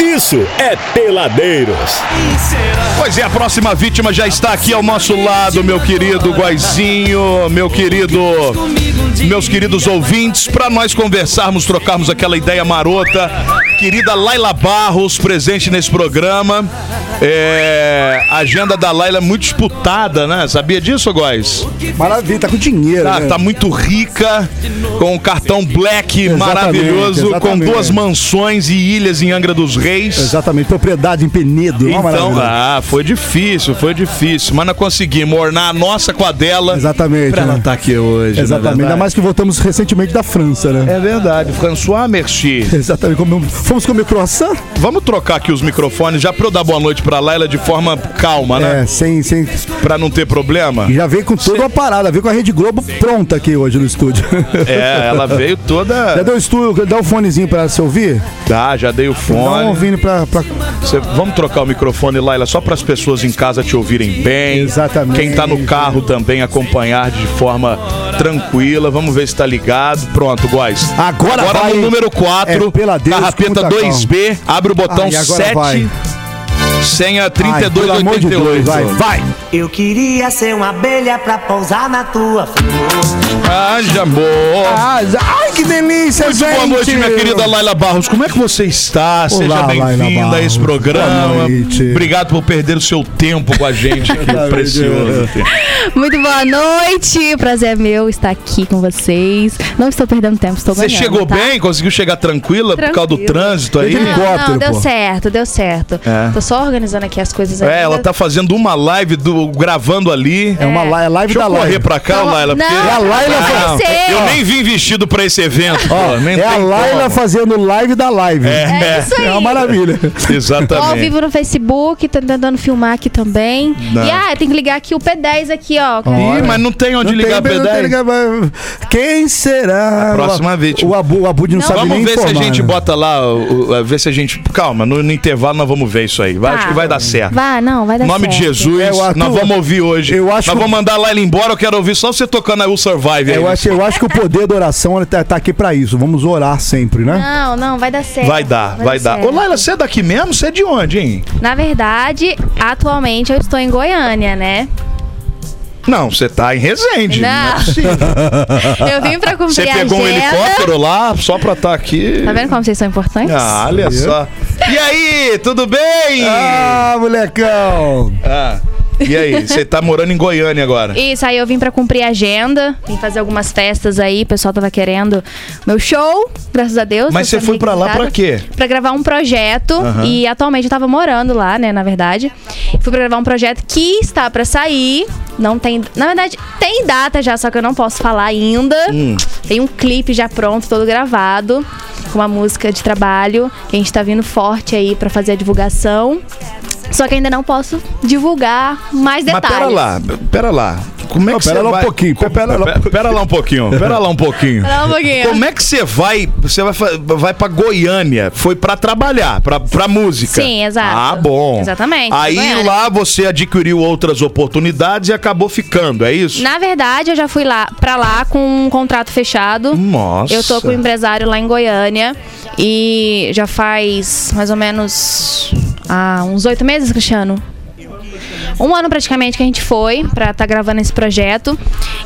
isso é Peladeiros. Pois é, a próxima vítima já está aqui ao nosso lado, meu querido Guaizinho, meu querido, meus queridos ouvintes, para nós conversarmos, trocarmos aquela ideia marota. Querida Laila Barros, presente nesse programa. É, a agenda da Laila é muito disputada, né? Sabia disso, Góis? Maravilha, tá com dinheiro. Tá, né? tá muito rica, com um cartão black Exatamente, maravilhoso, com exatamente. duas mansões e ilhas em Angra dos Reis. Exatamente, propriedade em Penedo. uma Então, maravilha. ah, foi difícil, foi difícil, mas nós conseguimos ornar a nossa com a dela. Exatamente, Pra ela né? tá aqui hoje. não é Exatamente, ainda ah, verdade? mais que voltamos recentemente da França, né? É verdade, François Merci. Exatamente, como- fomos comer croissant? Vamos trocar aqui os microfones já pra eu dar boa noite pra Laila de forma calma, né? É, sem, sem. Pra não ter problema. Já veio com toda uma parada, veio com a Rede Globo pronta aqui hoje no estúdio. É, ela veio Já toda. deu o estúdio, dá o fonezinho pra se ouvir? Tá, já dei o Dá um fone. ouvindo pra. pra... Cê- vamos trocar o microfone, Laila, só para as pessoas em casa te ouvirem bem. Exatamente. Quem tá no carro também acompanhar de forma tranquila. Vamos ver se tá ligado. Pronto, Góis. Agora vai. no número É 4, pela Deus, carrapeta com muita 2B, abre o botão Ah, e agora 7, vai. senha Ai, pelo amor de Deus, 3288. vai, vai! Eu queria ser uma abelha pra pousar na tua Haja amor. Ah, já- Ai, que delícia, Muito gente! boa noite, minha querida Laila Barros. Como é que você está? Seja Laila bem-vinda a Barros. esse Boa programa. noite. Obrigado por perder o seu tempo com a gente aqui, precioso. Muito boa noite, prazer é meu estar aqui com vocês. Não estou perdendo tempo, estou Você ganhando. chegou tá? bem? Conseguiu chegar tranquila por causa do Tranquila. trânsito aí? Ele- Não, Helicóptero, não, deu pô. certo, deu certo. É. Tô só organizando aqui as coisas É, ela tá fazendo uma live do gravando ali. É uma li- é live Deixa da eu correr live. pra cá, Não, Laila. porque- não, É a Laila não Ah, vai não. ser. Eu nem vim vestido pra esse evento. pô, nem É a tem Laila como. fazendo live da live. né? É isso aí. É uma maravilha. Tô ao Exatamente. vivo no Facebook, tô tentando filmar aqui também. Não. E ah, tem que ligar aqui o P10 aqui, ó. Ih, mas não tem onde Não ligar tem- pra não tem ligar pra- Quem será? A próxima O- vítima. O Abu, o Abu não, sabe Vamos nem ver se a informar, gente né? bota lá, o- o- ver se a gente. Calma, no, no intervalo nós vamos ver isso aí. Vai, acho que vai dar certo. Vai, não, vai dar Em nome certo. de Jesus, É, o Arthur- nós vamos ouvir hoje. Eu acho nós que- vamos mandar lá ele embora, eu quero ouvir só você tocando aí o Survive. É, aí. Eu acho, eu acho que o poder da oração ele tá, tá aqui pra isso. Vamos orar sempre, né? Não, não, É, vai dar certo. Vai dar, vai dar. certo. Ô, Laila, você é daqui mesmo? Você é de onde, hein? Na verdade, atualmente eu estou em Goiânia, né? Não, você tá em Resende. Não. é possível. Eu vim pra cumprir Você a pegou um agenda. helicóptero lá só pra estar aqui. Tá vendo como vocês são importantes? Ah, olha só. E aí, tudo bem? Ah, molecão! Ah, E aí, você tá morando em Goiânia agora? Isso, aí eu vim pra cumprir a agenda, vim fazer algumas festas aí, o pessoal tava querendo meu show, graças a Deus. Mas tá sendo você foi pra lá requisitado. pra quê? Pra gravar um projeto, e atualmente eu tava morando lá, né, na verdade. Fui pra gravar um projeto que está pra sair, não tem... Na verdade, tem data já, só que eu não posso falar ainda. Hum. Tem um clipe já pronto, todo gravado, com uma música de trabalho, que a gente tá vindo forte aí pra fazer a divulgação. Só que ainda não posso divulgar Mas mais detalhes. pera lá, pera lá. Como é que você pera lá um vai... pouquinho, Co- pera lá um pera- Pera lá um pouquinho, pera lá um pouquinho. Pera lá um pouquinho. Como é que você vai... Você vai, fa- vai pra Goiânia, foi pra trabalhar, pra, pra música. Sim, exato. Ah, bom. Exatamente, Aí Goiânia. lá você adquiriu outras oportunidades e acabou ficando, é isso? Na verdade, eu já fui lá para lá com um contrato fechado. Nossa. Eu tô com um empresário lá em Goiânia e já faz mais ou menos ah, uns oito meses, Cristiano. Um ano praticamente que a gente foi pra estar gravando esse projeto.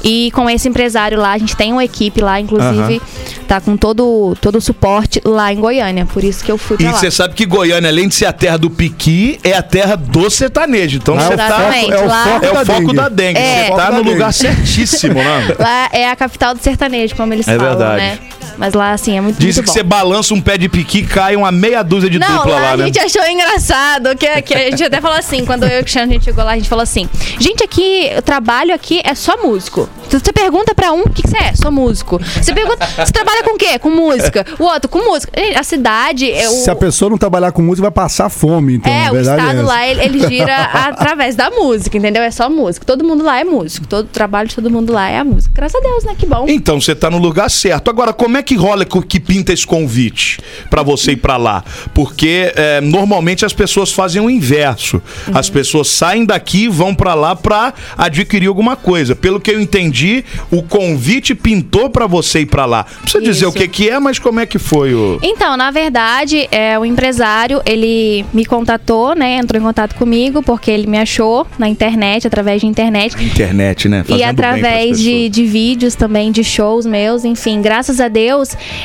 E com esse empresário lá, a gente tem uma equipe lá, inclusive, tá com todo, todo o suporte lá em Goiânia. Por isso que eu fui pra E lá. você sabe que Goiânia, além de ser a terra do piqui, é a terra do sertanejo. Então você tá. Exatamente, lá- É o foco da dengue. É. Você tá no lugar certo. certíssimo, né? Lá é a capital do sertanejo, como eles É falam, verdade. né? Mas lá, assim, é muito Dizem muito que bom. você balança um pé de piqui e cai uma meia dúzia de Não, dupla lá, lá, a né? gente achou engraçado, que, que a gente até falou assim, quando eu e o Cristiano a gente chegou lá, a gente falou assim, gente, aqui, o trabalho aqui é só músico. Se Você pergunta pra um, o que, que você é? Sou músico. Você pergunta, você trabalha com o quê? Com música. O outro, com música. A cidade, é Se a o... pessoa não trabalhar com música, vai passar fome, então. É, na o verdade estado é essa. lá, ele, ele gira através da música, entendeu? É só música. Todo mundo lá é músico. Todo o trabalho de todo mundo lá é a música. Graças a Deus, né? Que bom. Então você tá no lugar certo. Agora, como é que rola co- que pinta esse convite pra você ir pra lá? Porque é, normalmente as pessoas fazem o inverso. Uhum. As pessoas saem daqui e vão pra lá pra adquirir alguma coisa. Pelo que eu entendi, o convite pintou pra você ir pra lá. Não precisa dizer o Isso. que que é, mas como é que foi o... Então, na verdade, é, o empresário, ele me contatou, né? Entrou em contato comigo, porque ele me achou na internet, através de internet. Internet, né? Fazendo e bem pras através de, pessoas. de vídeos também, de shows meus, enfim, graças a Deus,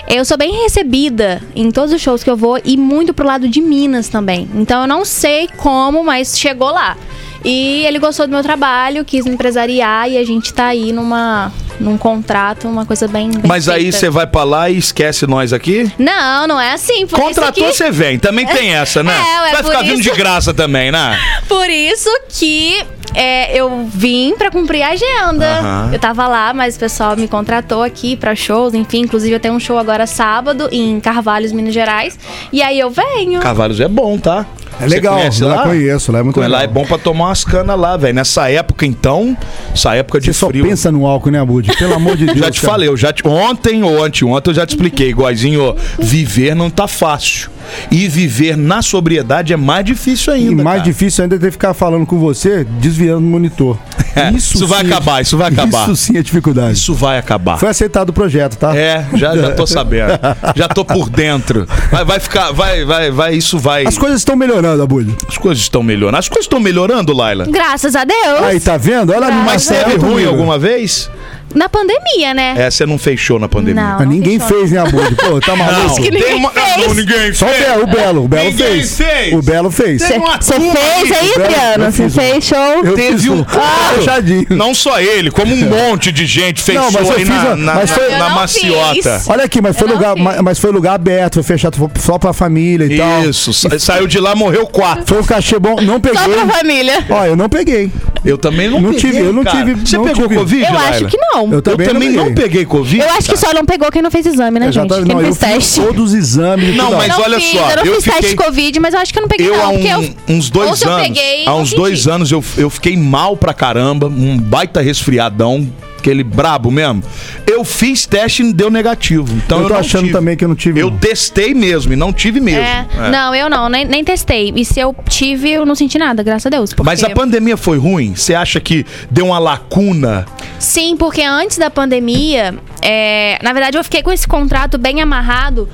eu sou bem recebida em todos os shows que eu vou e muito pro lado de Minas também. Então eu não sei como, mas chegou lá. E ele gostou do meu trabalho, quis me empresariar e a gente tá aí numa, num contrato, uma coisa bem. bem Mas aí feita. você vai pra lá e esquece nós aqui? Não, não é assim. Por Contratou, isso que... você vem. Também tem essa, né? É, ué, vai por ficar vindo de isso- graça também, né? Por isso que é, eu vim pra cumprir a agenda. Aham. Eu tava lá, mas o pessoal me contratou aqui pra shows, enfim. Inclusive, eu tenho um show agora sábado em Carvalhos, Minas Gerais. E aí eu venho. Carvalhos é bom, tá? É legal, Você conhece lá lá? conheço, lá é muito Lá legal. é bom pra tomar umas canas lá, velho. Nessa época, então, essa época de Você só frio. pensa no álcool, né, Bud? Pelo amor de Deus. Já te cara. falei, eu já te- ontem ou anteontem eu já te expliquei, igualzinho, viver não tá fácil. E viver na sobriedade é mais difícil E ainda. tá. mais cara. difícil ainda é ter que ficar falando com você, desviando do monitor. É, isso vai é- acabar, isso vai acabar. Isso sim é dificuldade. Isso vai acabar. Foi aceitado o projeto, tá? É, já, já tô sabendo. Já tô por dentro. Vai, vai ficar, vai, vai, vai, isso vai. As coisas estão melhorando, Abud. As coisas estão melhorando. As coisas estão melhorando, Laila. Graças a Deus. Aí, tá vendo? Olha a Mas teve ruim alguma vez? Na pandemia, né? É, você não fechou na pandemia. Não. Ah, ninguém fechou. fez, né, Abud? Pô, tá maluco? que ninguém fez. Não, ninguém Só o fez. Belo, o Belo, o Belo Ninguém fez. fez. O Belo fez. Teve uma Você turma fez aí. aí, velho, Adriano? eu Você fiz um- fez show? Eu Teve fiz um- Ah, fechadinho. É. Não só ele, como um monte de gente fez Não, mas show eu aí fiz na, a- na, mas na- foi- na Eu não maciota. fiz. Olha aqui, mas foi, Eu não lugar, fiz. ma- mas foi lugar aberto, foi fechado fo- só pra família e tal. Isso, sa- saiu de lá, morreu quatro. Foi um cachê bom, não peguei. Só um pra família. Ó, eu não peguei. Eu também não, Não peguei, tive, eu não cara. tive- Você não pegou tive. Covid, Eu Laila? acho que Eu não. Eu, Eu também, Também não não, peguei. peguei Covid. acho que só não pegou quem não fez exame, né, gente? Exatamente. Quem tá- Não, eu fez fiz teste. todos os exames. Não, tudo. um mas não olha fiz, só, eu não eu fiz teste de fiquei- Covid, mas eu acho que eu não peguei Eu não. há porque um- eu- uns dois ou se eu anos. peguei, há eu uns fingi. dois anos eu, eu fiquei mal pra caramba, um baita resfriadão, aquele brabo mesmo. Eu fiz teste e deu negativo. Então eu, Eu tô não achando tive. também que eu não tive. Eu testei mesmo e não tive mesmo. É, É. Não, eu não, nem, nem testei. E se eu tive, eu não senti nada, graças a Deus. Mas a porque- pandemia foi ruim? Você acha que deu uma lacuna? Sim, porque antes da pandemia, é, na verdade eu fiquei com esse contrato bem amarrado,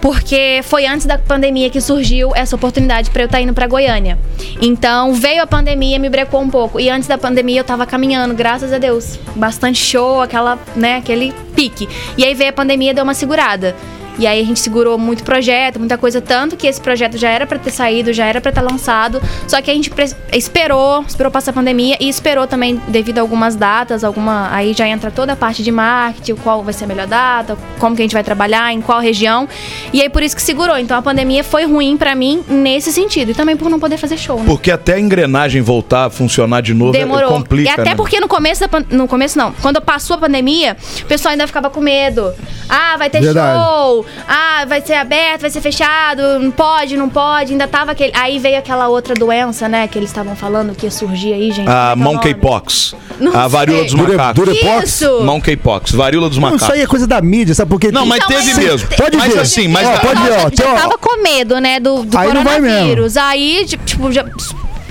porque foi antes da pandemia que surgiu essa oportunidade pra eu estar indo pra Goiânia. Então veio a pandemia, me brecou um pouco. E antes da pandemia eu tava caminhando, graças a Deus. Bastante show, aquela, né, aquele pique. E aí veio a pandemia, deu uma segurada. E aí a gente segurou muito projeto, muita coisa, tanto que esse projeto já era pra ter saído, já era pra estar lançado, só que a gente pres- esperou, esperou passar a pandemia e esperou também devido a algumas datas, alguma aí já entra toda a parte de marketing, qual vai ser a melhor data, como que a gente vai trabalhar, em qual região. E aí por isso que segurou. Então a pandemia foi ruim pra mim nesse sentido e também por não poder fazer show, né? Porque até a engrenagem voltar a funcionar de novo é- Demorou. complica. e até né? porque no começo da pan- no começo não, quando passou a pandemia, o pessoal ainda ficava com medo. Ah, vai ter Verdade. show. Ah, vai ser aberto, vai ser fechado, não pode, não pode. Ainda tava aquele, aí veio aquela outra doença, né, que eles estavam falando que ia surgir aí, gente. A Como é que é o nome? monkeypox. Não A sei. varíola dos Dure- macacos. durepox? Isso. Monkeypox, varíola dos Não, macacos. isso aí é coisa da mídia, sabe? Porque Não, mas teve Então, mas- mesmo. Pode mas ver. assim, mas Ó, a- pode ver, ó, já, tem, já ó. tava com medo, né, do, do Aí não vai mesmo. coronavírus. Aí, tipo, já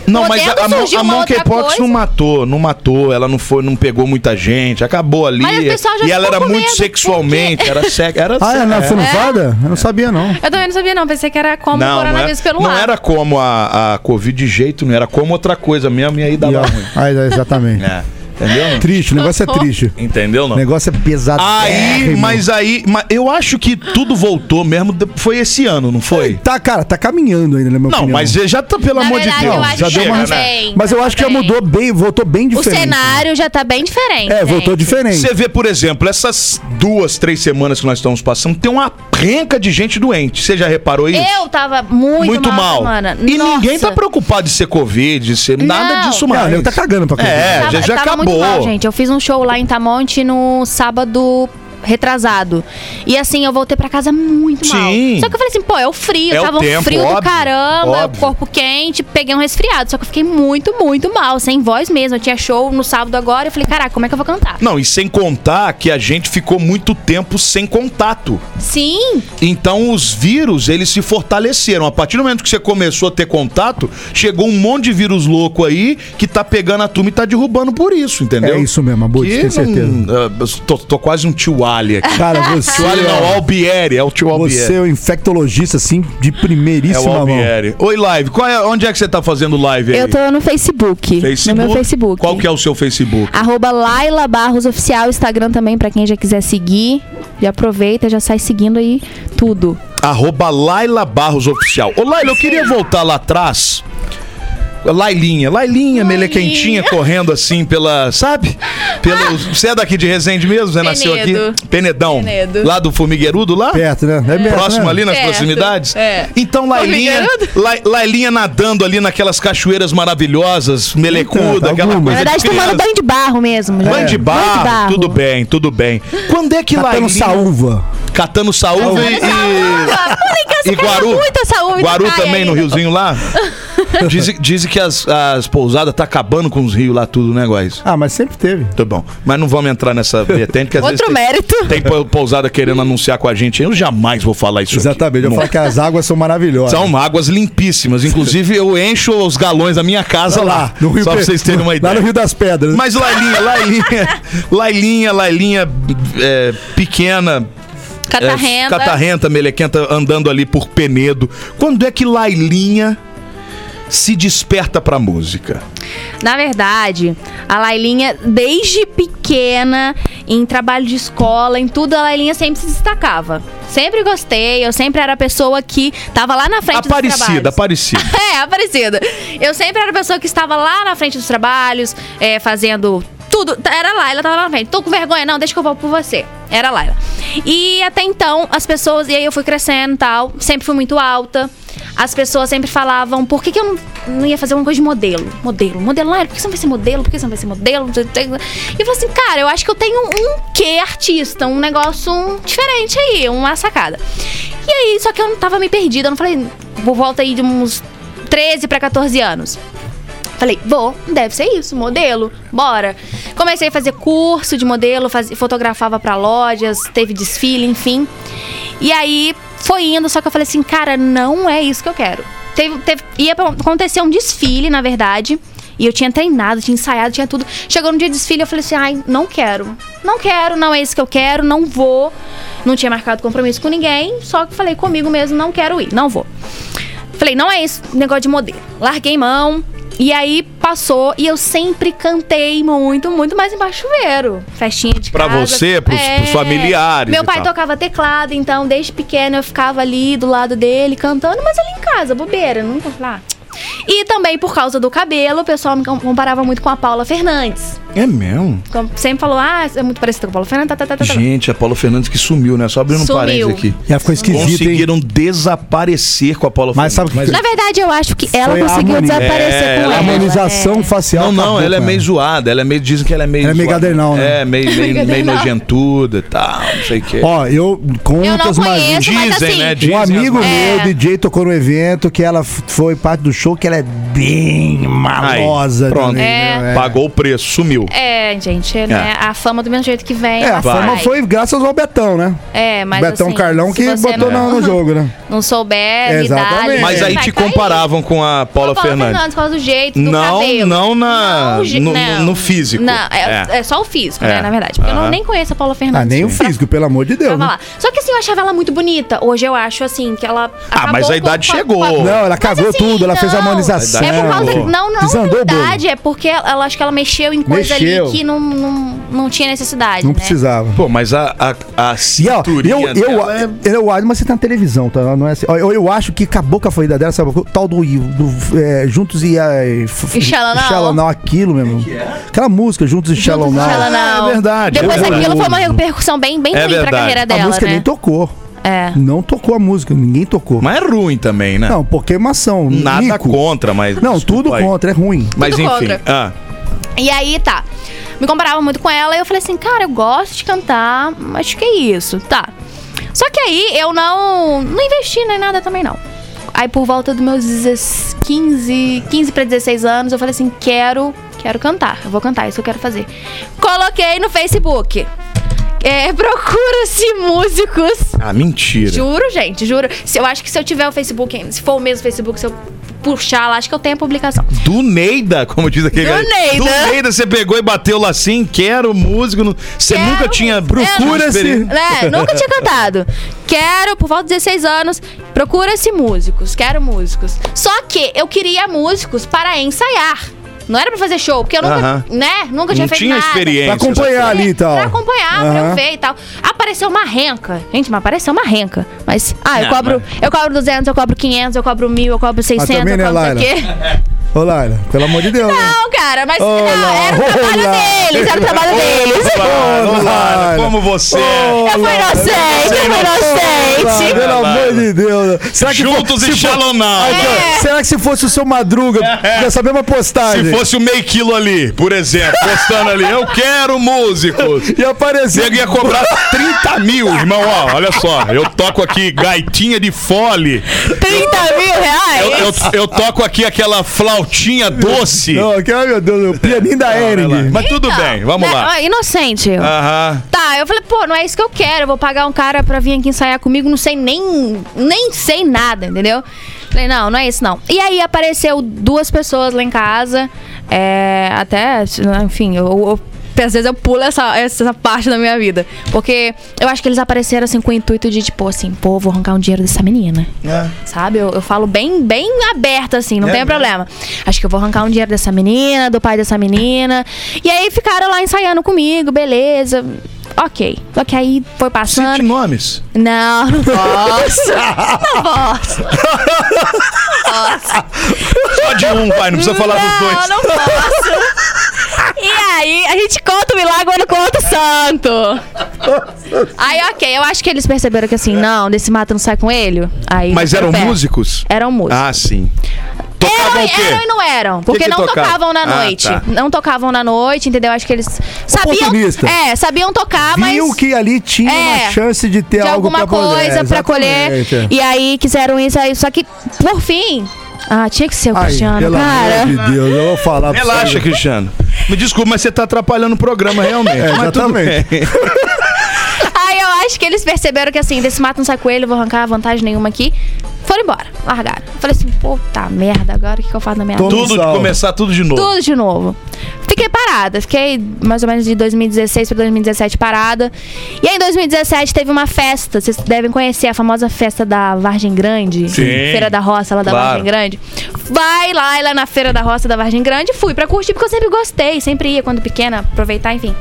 Não, mas a, podendo surgir a, a uma outra monkeypox coisa. não matou, não matou, ela não foi, não pegou muita gente, acabou ali. é, Mas o pessoal já e ela ficou era com muito medo, sexualmente, era sexo, era Ah, é se- na é. funufada? Eu não sabia, não. Eu também não sabia não, pensei que era como o Não, não, era, coronavírus pelo não ar. era como a, a Covid de jeito, não era como outra coisa mesmo, e aí E, dava ó, ruim. aí, exatamente. É, entendeu? Triste, o negócio é triste. Entendeu O não? negócio é pesado. Aí, mas aí, mas eu acho que tudo voltou mesmo, de- foi esse ano, não foi? Tá, cara, tá caminhando ainda, na minha Não, opinião. mas já tá, pelo Na amor verdade, de Deus. eu Não, acho já que deu já uma- tá bem. Mas eu acho que já bem. mudou bem, voltou bem O diferente. cenário já tá bem diferente. É, voltou gente. diferente. Você vê, por exemplo, essas duas, três semanas que nós estamos passando, tem uma renca de gente doente. Você já reparou isso? Eu tava muito, Muito mal. Semana. E Nossa. ninguém tá preocupado de ser Covid, de ser nada Não. disso Não, mais. ele tá cagando pra É, Tava- já, já tava acabou. Muito mal, gente. Eu fiz um show lá em Tamonte no sábado retrasado. E assim, eu voltei pra casa muito mal. Sim. Só que eu falei assim, pô, é o frio. É o tava tempo, um frio óbvio, do caramba, óbvio. corpo quente, peguei um resfriado. Só que eu fiquei muito, muito mal, sem voz mesmo. Eu tinha show no sábado agora. Eu falei, caraca, como é que eu vou cantar? Não, e sem contar que a gente ficou muito tempo sem contato. Sim, Então os vírus, eles se fortaleceram. A partir do momento que você começou a ter contato, chegou um monte de vírus louco aí que tá pegando a turma e tá derrubando por isso, entendeu? É isso mesmo, Abud, Que tem certeza. não- ah, eu tô, tô quase um tio Ali aqui. Cara, você. Tio Ali não, o é- Albieri, é o tio Albieri. Você é um infectologista, assim, de é o primeiríssima mão. Albieri. Oi, live. Qual é, onde é que você tá fazendo live aí? Eu tô no Facebook, No meu Facebook. Qual que é o seu Facebook? Arroba Laila Barros Oficial, Instagram também, pra quem já quiser seguir. Já aproveita, já sai seguindo aí tudo. Arroba Laila Barros Oficial. Ô, Laila, eu queria voltar lá atrás. Lailinha, Lailinha, melequentinha, correndo assim pela, sabe? Ah. Pelo, você é daqui de Resende mesmo? Você nasceu aqui? Penedo. Penedão. Penedo. Lá do Formigueirudo, lá? Perto, né? É perto, Próximo né? ali, nas Perto, proximidades? é. Então, Lailinha, Lai- Lailinha nadando ali naquedas cachoeiras maravilhosas, melecuda, Então, aquela algumas. coisa Na verdade, de criança. tomando banho de barro mesmo. já. é Banho de barro, tudo bem, tudo bem. Quando é que Catando Lailinha... Tá saúva. Catando saúva e... e... e Guaru. é muita saúva e não Guaru cai também, no ainda. riozinho lá. Dizem dizem que as, as pousadas tá acabando com os rios lá tudo, né, Góis? Ah, mas sempre teve. Tá bom. Mas não vamos entrar nessa vertente, que às Outro vezes mérito. tem, tem pou- pousada querendo anunciar com a gente. Eu jamais vou falar isso aqui. Exatamente. Eu Não. falo que as águas são maravilhosas. São águas limpíssimas. Inclusive, eu encho os galões da minha casa lá. no Rio só pra Pe- vocês terem uma ideia. Lá no Rio das Pedras. Mas Lailinha, Lailinha, Lailinha, Lailinha é, pequena. É, Catarrenta. catarrenta, melequenta, andando ali por Penedo. Quando é que Lailinha se desperta pra música? Na verdade, a Lailinha, desde pequena, em trabalho de escola, em tudo, a Lailinha sempre se destacava. Sempre gostei, eu sempre era a pessoa que tava lá na frente dos Aparecida, trabalhos. aparecida. É, Aparecida. Eu sempre era a pessoa que estava lá na frente dos trabalhos, é, fazendo tudo. T- Era lá, ela tava lá na frente. Tô com vergonha, não, deixa que eu vou por você. Era lá. ela. E até então, as pessoas. E aí eu fui crescendo e tal. Sempre fui muito alta. As pessoas sempre falavam, por que, que eu não, não ia fazer uma coisa de modelo? Modelo, modelo, Laila, por que você não vai ser modelo? Por que você não vai ser modelo? E eu falei assim, cara, eu acho que eu tenho um quê artista, um negócio um, diferente aí, uma sacada. E aí, só que eu não tava meio perdida, eu não falei, vou volta aí de uns 13 para 14 anos. Falei, vou, deve ser isso, modelo, bora. Comecei a fazer curso de modelo, faz- fotografava pra lojas, teve desfile, enfim. E aí foi indo, só que eu falei assim, cara, não é isso que eu quero. Teve, teve- ia pra- acontecer um desfile, na verdade, e eu tinha treinado, tinha ensaiado, tinha tudo. Chegou no dia do desfile, eu falei assim, ai, não quero. Não quero, não é isso que eu quero, não vou. Não tinha marcado compromisso com ninguém, só que falei comigo mesmo, não quero ir, não vou. Falei, não é isso, negócio de modelo. Larguei mão. E aí passou e eu sempre cantei muito, muito mais embaixo do chuveiro. Festinha de Pra casa. É. você, pros- pros familiares Meu e pai tal. tocava teclado, então desde pequena eu ficava ali do lado dele cantando, mas ali em casa, bobeira, não vou lá. E também por causa do cabelo, o pessoal me com- comparava muito com a Paula Fernandes. É mesmo? Com- Sempre falou, ah, é muito parecida com a Paula Fernandes, tá, tá, tá, tá, tá. Gente, a Paula Fernandes que sumiu, né? Só abrindo um Sumiu. parênteses aqui. Ela ficou esquisita, hein? Conseguiram desaparecer com a Paula Mas sabe Fernandes. o que... Na verdade, eu acho que ela Foi a conseguiu é harmonia. desaparecer É, com ela- ela. a harmonização é. facial Não, não, acabou ela é com meio zoada. Ela é meio. Dizem que ela é meio. Ela é meio zoada. gadernal, né? É, meio, meio, meio Gadernal. nojentuda e tal, não sei o quê. Ó, eu Eu não contas mais. conheço, mas Dizem, assim, né? É. Dizem Um as amigo más. É. meu, DJ, tocou no evento que ela f- foi parte do show, que ela é bem Aí, malosa. pronto. também, É. né? Pagou o preço, sumiu. É, gente, né? A fama do mesmo jeito que vem. É, ela a fama vai. foi graças ao Betão, né? É, mas Betão assim, Carlão se que você botou não, no, no jogo, né? não souber lidar, Exatamente. ali, Mas você aí vai tá te cair. comparavam com a Paula Paula Fernandes. Fernandes. por causa do jeito, do Não, cabelo. não na Não, ge- no, não. no físico. Não, é, é só o físico, É. né, na verdade. Porque eu Aham. não, nem conheço a Paula Fernandes. Ah, nem o físico, pelo amor de Deus. Tava né? lá. Só que assim, eu achava ela muito bonita. Hoje eu acho, assim, que ela. Ah, mas acabou a idade com chegou. com Não, ela Mas, cagou assim, tudo, ela fez a não. harmonização. É por causa. Desandou. Não, não, Desandou na o bolo. verdade, é porque ela, ela- acho que ela mexeu em coisa Mexeu. ali que não, não, não tinha necessidade. Não né? precisava. Pô, mas a, a, a E ó, eu, cinturinha eu, eu, dela é- acho, mas você tá na televisão, tá? Não é assim. Ó, Eu, eu acho que acabou com a corrida dela, sabe? O tal do, do é, Juntos e. É, f- E Xalanau. Xalanau, aquilo mesmo. Aquela música, Juntos e Shallow Juntos e Shallow Now. É verdade, Depois é verdade. aquilo foi uma repercussão bem, bem É ruim pra verdade. carreira A dela, música né? nem tocou. É. Não tocou a música, ninguém tocou. Mas é ruim também, né? Não, porque é mação. Nada mico. contra, mas. Não, desculpa tudo aí. contra, é ruim. Mas Tudo enfim. contra. Ah, E aí, tá. Me comparava muito com ela e eu falei assim, cara, eu gosto de cantar, mas que é isso, tá. Só que aí eu não, não investi nem nada também não. Aí por volta dos meus 16 15, 15 para 16 anos, eu falei assim, é quero, quero cantar, eu vou cantar, isso que eu quero fazer. Coloquei no Facebook. é, procura-se músicos. Ah, mentira. Juro, gente, juro. Se, eu acho que se eu tiver o Facebook, se for o mesmo Facebook, se eu puxar lá, acho que eu tenho a publicação. Do Neida, como diz aquele. Do cara. Neida. Do Neida, você pegou e bateu lá assim, quero músico. no- Você Quero- nunca tinha. Procura-se. experiência. Né? Nunca tinha cantado. Quero, por volta de 16 anos, procura-se músicos, quero músicos. Só que eu queria músicos para ensaiar. Não era pra fazer show, porque eu nunca, Aham. né? Nunca tinha Não feito tinha nada. experiência. Pra acompanhar ali e tal. Pra acompanhar, pra Aham. eu ver e tal. Apareceu uma renca. Gente, mas apareceu uma renca. Mas, ah, eu Ah, cobro, eu cobro 200, eu cobro 500, eu cobro 1000, eu cobro 600, também, né, eu cobro Laila? não sei o quê. Ô, Laila, pelo amor de Deus. né? Não, cara, mas Olá. não, era o trabalho Olá. deles, era o trabalho deles. Claro, Ô, claro, Lara. como você. é. Eu fui inocente, eu fui inocente. Pelo amor de Deus. Será que Juntos e Shalonau. Aqui, ó, Será que se fosse o seu Madruga, dessa mesma postagem, É. Se fosse o meio quilo ali, por exemplo, postando ali, eu quero músicos. e aparecer... Nego ia cobrar 30 mil, irmão. Ó, olha só, eu toco aqui gaitinha de fole. 30 É, mil Eu, reais? eu- eu toco aqui aquela flautinha doce. Não, que, ai, meu Deus, o pianinho da Ering. Mas tudo bem, vamos Né, lá. ó, Inocente. eu. Aham. Tá, eu falei, pô, não é isso que eu quero. Eu vou pagar um cara pra vir aqui ensaiar comigo, não sei nem. Nem sei nada, entendeu? Falei, não, não é isso não. E aí apareceu duas pessoas lá em casa. É, até, enfim, eu. eu- às vezes eu pulo essa, essa parte da minha vida. Porque eu acho que eles apareceram assim com o intuito de, tipo, assim, pô, vou arrancar um dinheiro dessa menina. É. Sabe? Eu, eu falo bem, bem aberta, assim, É não tem problema. Acho que eu vou arrancar um dinheiro dessa menina, do pai dessa menina. E aí ficaram lá ensaiando comigo, beleza. Ok. Só que aí foi Cite passando. nomes. Não, não posso. não posso. Só de um, pai, não precisa falar dos dois. Não, não posso. E aí, a gente conta o milagre, mas não conta o santo. Aí, ok, eu acho que eles perceberam que assim, não, desse mato não sai com ele. Aí, é, um Mas um eram pé. músicos? Eram músicos. Ah, sim. Tocavam Eram, o quê? eram e não eram. Porque que não tocava? tocavam, na Ah, noite. tá. Não tocavam na noite, entendeu? Acho que eles sabiam. Oportunista. É, sabiam tocar, mas. Viu que ali tinha É, uma chance de ter de algo alguma pra poder. coisa pra colher. Exatamente, é. E aí quiseram isso aí. Só que, por fim. Ah, tinha que ser o Ai, Cristiano, pelo cara. amor de Deus, eu vou falar pra Relaxa, Cristiano. Me desculpa, mas você tá atrapalhando o programa realmente. É, Mas tudo exatamente. bem. Aí eu acho que eles perceberam que assim, desse mato não sai coelho, eu vou arrancar vantagem nenhuma aqui. Foram embora, largaram. Eu Falei assim, puta merda, agora o que, que eu faço na minha Tô- vida? Tudo de Salva. começar tudo de novo. Tudo de novo. Fiquei parada. Fiquei mais ou menos de 2016 pra 2017 parada. E aí em 2017 teve uma festa. Vocês devem conhecer a famosa festa da Vargem Grande. Sim. Feira da Roça lá da Claro. Vargem Grande. Vai lá, lá na Feira da Roça da Vargem Grande. Fui pra curtir porque eu sempre gostei. Sempre ia quando pequena, aproveitar, enfim.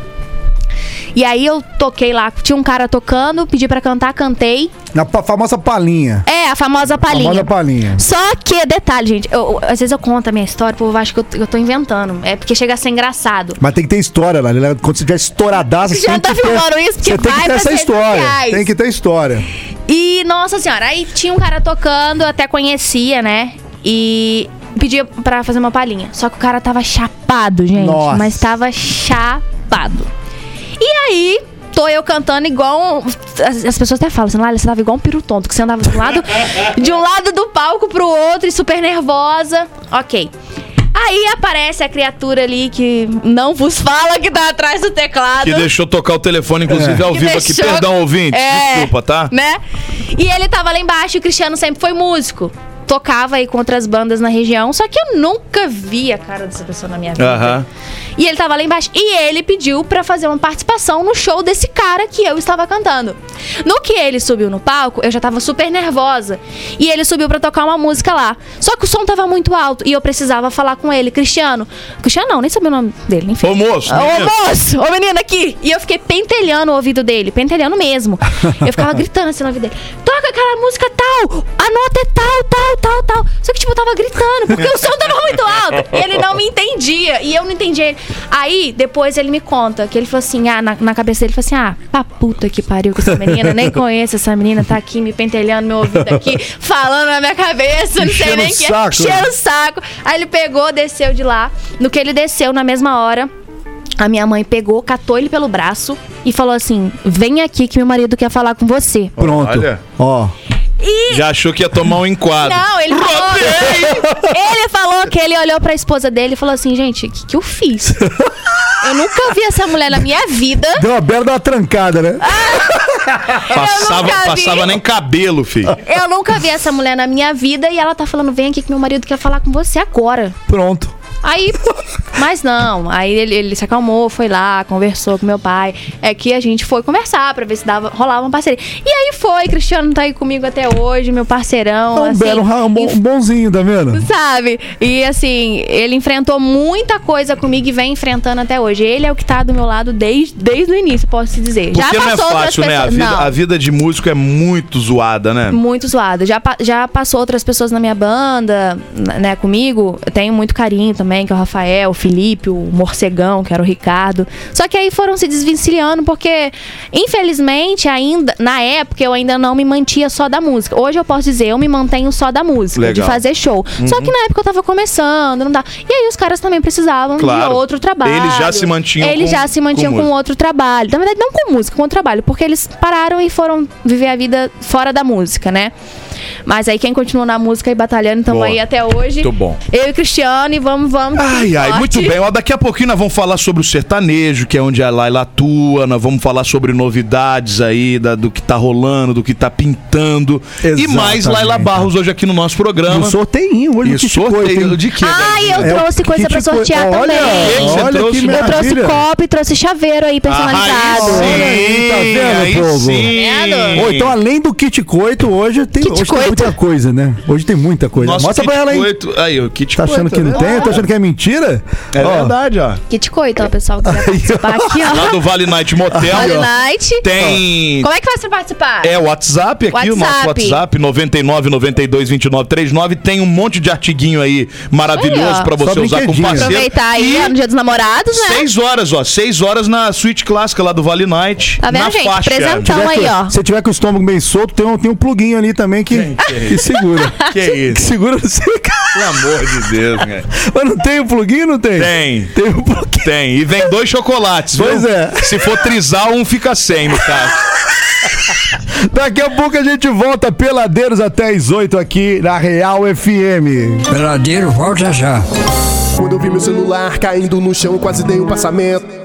E aí eu toquei lá. Tinha um cara tocando, pedi pra cantar, cantei. Na pa- famosa palinha. É, a famosa palhinha. Famosa palinha. Só que, detalhe, gente, eu- eu- às vezes eu conto a minha história, o povo acha que eu, eu tô inventando. É porque chega a ser engraçado. Mas tem que ter história, Laila. Quando você tiver estouradaça, Já tem tá que ter- filmando isso, porque Você tem que vai ter pras essa redes história. sociais. Tem que ter história. E, nossa senhora, aí tinha um cara tocando, eu até conhecia, né? E pedia pra fazer uma palhinha. Só que o cara tava chapado, gente. Nossa. Mas tava chapado. E aí, tô eu cantando igual. um- As, as pessoas até falam assim, Laila, você tava igual um peru tonto, que você andava de um lado, de um lado do palco pro outro e super nervosa. Ok. Aí aparece a criatura ali que não vos fala que tá atrás do teclado. Que deixou tocar o telefone, inclusive, É. ao Que vivo aqui. deixou- Perdão, ouvinte. É, Desculpa, tá? Né? E ele tava lá embaixo, e o Cristiano sempre foi músico. Tocava aí com outras bandas na região, só que eu nunca vi a cara dessa pessoa na minha vida. Aham. E ele tava lá embaixo. E ele pediu pra fazer uma participação no show desse cara que eu estava cantando. No que ele subiu no palco, eu já tava super nervosa. E ele subiu pra tocar uma música lá. Só que o som tava muito alto e eu precisava falar com ele. Cristiano. Cristiano não, nem sabia o nome dele, enfim. Ô, moço. menino. Ô moço, ô menino aqui! E eu fiquei pentelhando o ouvido dele, pentelhando mesmo. Eu ficava gritando assim no ouvido dele: toca aquela música tal, a nota é tal, tal, tal, tal. Só que, tipo, eu tava gritando, porque o som tava muito alto. E ele não me entendia, e eu não entendia ele. Aí, depois ele me conta que ele falou assim: ah, na, na cabeça dele, ele falou assim: ah, pra puta que pariu com essa menina, nem conheço essa menina, tá aqui me pentelhando meu ouvido aqui, falando na minha cabeça, não Enchendo sei nem o o que. saco, é. né? Enchendo o saco. Aí ele pegou, desceu de lá. No que ele desceu, na mesma hora, a minha mãe pegou, catou ele pelo braço e falou assim: Vem aqui que meu marido quer falar com você. Pronto. Olha. Ó. Já achou que ia tomar um enquadro. Não, ele falou. bem! Ele falou que ele olhou pra esposa dele e falou assim, gente, o que, que eu fiz? Eu nunca vi essa mulher na minha vida. Deu uma bela de uma trancada, né? Passava, nunca vi. passava nem cabelo, filho. Eu nunca vi essa mulher na minha vida e ela tá falando, vem aqui que meu marido quer falar com você agora. Pronto. Aí, mas não, aí ele, ele se acalmou, foi lá, conversou com meu pai. É que a gente foi conversar pra ver se dava, rolava uma parceria. E aí foi, Cristiano tá aí comigo até hoje, meu É parceirão. um assim, belo, ra- um bom- bonzinho, tá vendo? Sabe? E assim, ele enfrentou muita coisa comigo e vem enfrentando até hoje. Ele é o que tá do meu lado desde, desde o início, posso te dizer. Porque não é passou outras fácil, né? A pessoas- vida, não. a vida de músico é muito zoada, né? Muito zoado. Já, pa- já passou outras pessoas na minha banda, n- né, comigo. Eu tenho muito carinho também, que é o Rafael, o Felipe, o Morcegão, que era o Ricardo. Só que aí foram se desvencilhando, porque, infelizmente, ainda, na época, eu ainda não me mantia só da música. Hoje eu posso dizer, eu me mantenho só da música, de Legal. Uhum. fazer show. Só que na época eu tava começando, não dá. E aí os caras também precisavam Claro. de outro trabalho. Eles já se mantinham Eles com- já se mantinham com com, outro trabalho. Na verdade, não com música, com outro trabalho, porque eles pararam e foram viver a vida fora da música, né? Mas aí quem continua na música e batalhando, estamos Boa. aí até hoje. Muito bom. Eu e Cristiano, e vamos, vamos. Ah, Ai, ai, Sorte. muito bem. Ó, daqui a pouquinho nós vamos falar sobre o sertanejo, que é onde a Laila atua. Nós vamos falar sobre novidades aí, da- do que tá rolando, do que tá pintando. E mais Exatamente. Laila Barros hoje aqui no nosso E o programa. sorteinho hoje E no Kit sorteio Coito, de hein? quê? Ai, eu É, o trouxe coisa Kit pra Coito. sortear Olha, também. Você Olha trouxe? que Eu trouxe maravilha. copo e trouxe chaveiro aí personalizado. Ah, Olha aí, tá Aí sim, tá vendo, aí povo? sim. Ou então, além do kit coito, hoje tem, Kit hoje tem coito. muita coisa, né? Hoje tem muita coisa. Nosso Mostra pra kit ela aí. coito- Aí, o kit Tá achando coito, que não né? tem? Tá achando que é mentira? É Ó, verdade, ó. Kit coito, ó, pessoal, que quiser participar aqui, Lá ó. do Vale Night Motel. Vale Night. Tem Como é que faz pra participar? É o WhatsApp aqui, o nosso WhatsApp, WhatsApp. 99 92 29 39. Tem um monte de artiguinho aí maravilhoso Aí, ó. pra você Só usar com brinquedinho. parceiro. Aproveitar aí, ó, E no dia dos namorados, né? seis horas, ó. Seis horas na suíte clássica lá do Vale Night. Tá vendo, na gente? faixa. Presentão. Então tiver aí, com- ó. Se tiver com o estômago bem solto, tem um, tem um pluguinho ali também que, que segura. Que Que isso? segura no seu cara. Pelo amor de Deus, cara. Mas não tem o pluguinho não tem? Tem. Tem o pluguinho. Tem. E vem dois chocolates, viu? Pois é. Se for trisal, um fica sem, no caso. Daqui a pouco a gente volta peladeiros até as 8 aqui na Real FM. Peladeiro, volta já. Quando eu vi meu celular caindo no chão, quase dei um passamento.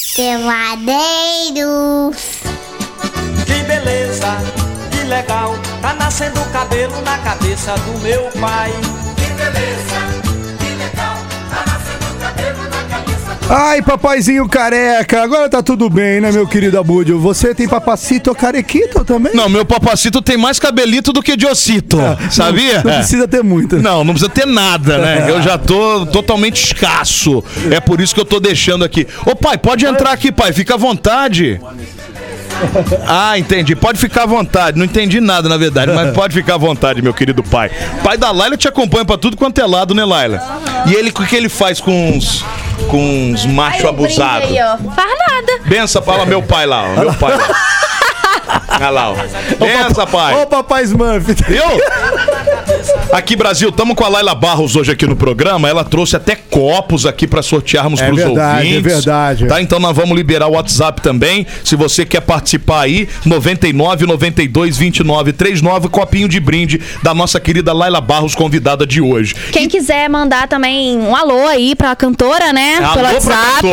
Peladeiros. Que beleza, que legal, tá nascendo cabelo na cabeça do meu pai. Ai, papaizinho careca, agora tá tudo bem, né, meu querido Abúdio? Você tem papacito carequito também? Não, meu papacito tem mais cabelito do que diocito. sabia? Ah, Não É. precisa ter muito. Não, não precisa ter nada, né? Eu já tô totalmente escasso. É por isso que eu tô deixando aqui. Ô pai, pode entrar aqui, pai. Fica à vontade. Ah, entendi. Pode ficar à vontade. Não entendi nada, na verdade, mas pode ficar à vontade, meu querido pai. Pai da Laila te acompanha pra tudo quanto é lado, né, Laila? E ele, o que ele faz com uns, com uns macho abusado? Aí, ó. Faz nada. Bença, fala meu pai lá, ó. Meu pai lá. Olha lá, ó. Bença, pai. Ô, papai Smurf. Viu? Aqui, Brasil, estamos com a Laila Barros hoje aqui no programa. Ela trouxe até copos aqui para sortearmos É pros verdade, ouvintes. é verdade. Tá? Então nós vamos liberar o WhatsApp também. Se você quer participar aí, 99 92 29 39, copinho de brinde da nossa querida Laila Barros, convidada de hoje. Quem quiser mandar também um alô aí pra cantora, né? Pelo Alô, pra WhatsApp.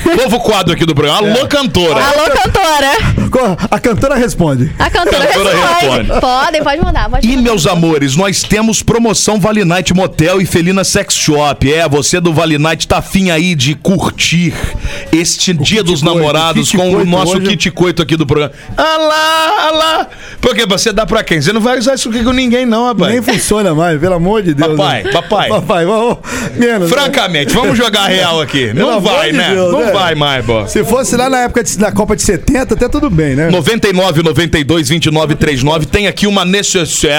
cantora. Novo quadro aqui do programa. É. Alô, cantora. Alô, cantora. A cantora responde. A cantora Cantora responde. responde. Podem, pode mandar. Pode E mandar. meus amores, nós temos promoção Vale Night Motel e Felina Sex Shop. É, você do Vale Night tá afim aí de curtir este Dia dos coito, Namorados kit com o coito nosso hoje. kit coito aqui do programa. Ah lá, ah lá. Porque você dá pra quem? Você não vai usar isso aqui com ninguém não, rapaz. Nem funciona mais, pelo amor de Deus. Papai, né? papai. Papai, vamos. Menos. né? Francamente, vamos jogar a real aqui. Pelo Não amor vai, de né? Deus, não né? vai mais, bó. Se fosse lá na época de- da Copa de 70, até tudo bem, né? 99 92 29 39 tem aqui uma necessaire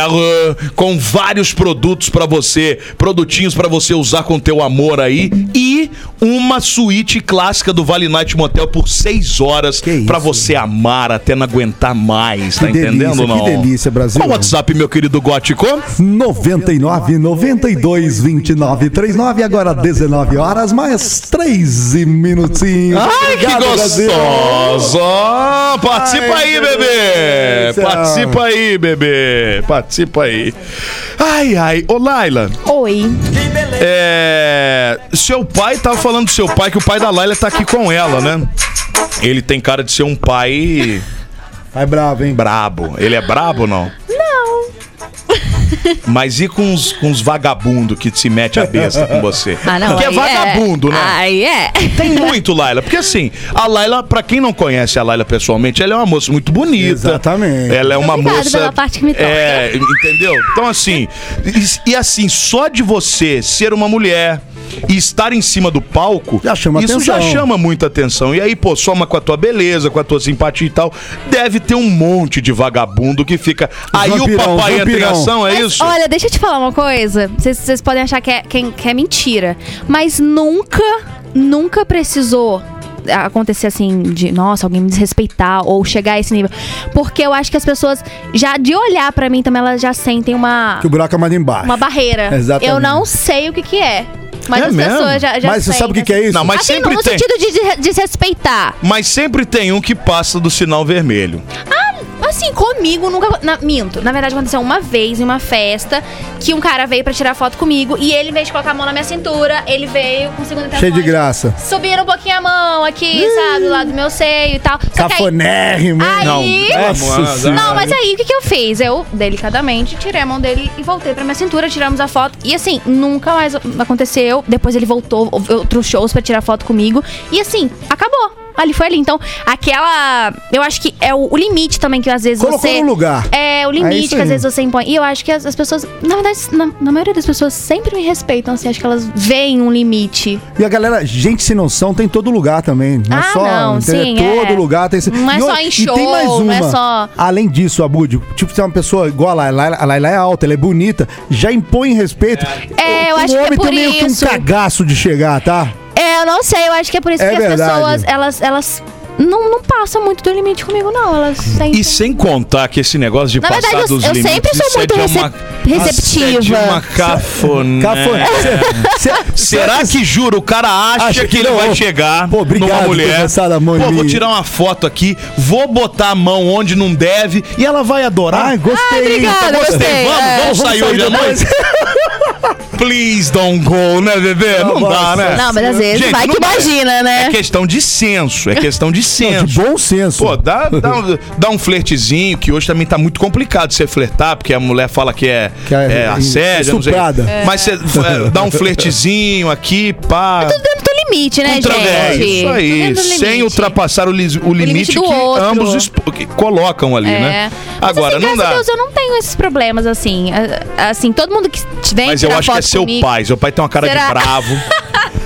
com vários produtos pra você, produtinhos pra você usar com teu amor aí e uma suíte clássica do Vale Night Motel por 6 horas Que isso. pra você amar até não aguentar mais, tá Que delícia, entendendo ou que não? delícia, Brasil. Qual o WhatsApp, meu querido Gótico? 99 92 29 39, agora 19 horas, mais 13 minutinhos. Ai, que Obrigado, Brasil. gostoso! Participa Ai, aí, meu bebê! Deus do céu. Participa aí, bebê! Participa aí. Ai, ai. Ô, Laila, Oi. é... seu pai, tava falando do seu pai, que o pai da Laila tá aqui com ela, né? Ele tem cara de ser um pai Vai bravo, hein? brabo. Ele é brabo ou não? Não. Mas e com os, com os vagabundos que se mete a besta com você? Ah, não. Porque é aí vagabundo, né? Aí é. Tem muito, Laila. Porque assim, a Laila, pra quem não conhece a Laila pessoalmente, ela é uma moça muito bonita. Exatamente. Ela é uma Obrigada moça. pela parte que me toca. É, entendeu? Então, assim, e, e assim, só de você ser uma mulher. E estar em cima do palco, Já chama isso já atenção. chama muita atenção. E aí, pô, soma com a tua beleza, com a tua simpatia e tal. Deve ter um monte de vagabundo que fica. Aí o vampirão, papai entra em vampirão. ação, é Mas, isso? Olha, deixa eu te falar uma coisa. Vocês- Vocês podem achar que é, que, é- que é mentira. Mas nunca, nunca precisou acontecer assim de, nossa, alguém me desrespeitar ou chegar a esse nível. Porque eu acho que as pessoas, já de olhar pra mim também, elas já sentem uma, Que o buraco é mais embaixo. uma barreira. Exatamente. Eu não sei o que que é. Mas É as mesmo? pessoas já, já Mas você sentem, sabe o que, que é assim. isso? Não, mas Assim, sempre no tem. sentido de des- desrespeitar. Mas sempre tem um que passa do sinal vermelho. Assim, comigo nunca. na- minto. Na verdade, aconteceu uma vez em uma festa que um cara veio pra tirar foto comigo e ele, em vez de colocar a mão na minha cintura, ele veio com segunda intenção. Cheio de graça. Subiram um pouquinho a mão aqui, sabe? Do lado do meu seio e tal. Só que aí, Cafonérrimo. hein? aí- Não, Nossa senhora. Não, mas aí o que, que eu fiz? Eu, delicadamente, tirei a mão dele e voltei pra minha cintura, tiramos a foto. E assim, nunca mais aconteceu. Depois ele voltou, houve outros shows pra tirar foto comigo. E assim, acabou. Ali foi ali. Então, aquela. Eu acho que é o, o limite também que às vezes Colocou você. no lugar. É, o É limite isso que às aí. vezes você impõe. E eu acho que as, as pessoas. Na verdade, na, na maioria das pessoas sempre me respeitam, assim. Acho que elas veem um limite. E a galera, gente sem noção, tem em todo lugar também. Não é Ah, só. não, entendeu? sim, todo é. lugar tem Não é E só outra- em E tem show, mais uma. não é só- Além disso, Abud, tipo, se é uma pessoa igual a Laila, a Laila é alta, ela é bonita, já impõe respeito. É, eu o acho que é homem por tem meio que isso. um cagaço de chegar, tá? É, eu não sei, eu acho que é por isso É que verdade. as pessoas, elas, elas não, não passam muito do limite comigo, não. Elas sentem. E sem contar que esse negócio de Na passar verdade, eu- dos eu limites... sempre sou isso muito é de rece- uma- receptiva. isso é de uma cafoné. Cafone. Cê- cê- Será que, juro, o cara acha Acha- que ele Não, vai ô, chegar pô, obrigado numa por ter mulher? passado a mão em Pô, vou mim. tirar uma foto aqui, vou botar a mão onde não deve e ela vai adorar. Ai, gostei. obrigada, Gostei, gostei, vamos, é. vamos sair hoje à noite. Please don't go, né, bebê? Não, dá, nossa. né? Não, mas às vezes Gente, vai não que dá. imagina, né? É questão de senso, é questão de senso. De bom senso. Pô, dá, dá, um, dá um flertezinho, que hoje também tá muito complicado você flertar, porque a mulher fala que é, Que é- é assédio, não sei. estuprada. Mas você é, dá um flertezinho aqui, pá. É Tudo dentro do limite, né, Ultra- é, gente? isso Tudo aí, dentro do sem limite. ultrapassar o, lis- o limite limite que do outro. ambos expo- que colocam ali, É. né? Mas, Agora, assim, não graças dá. a Deus, eu não tenho esses problemas, assim. A- Assim, todo mundo que te vem Mas eu tirar acho que é foto seu comigo- pai. Seu pai tem uma cara de Será? bravo.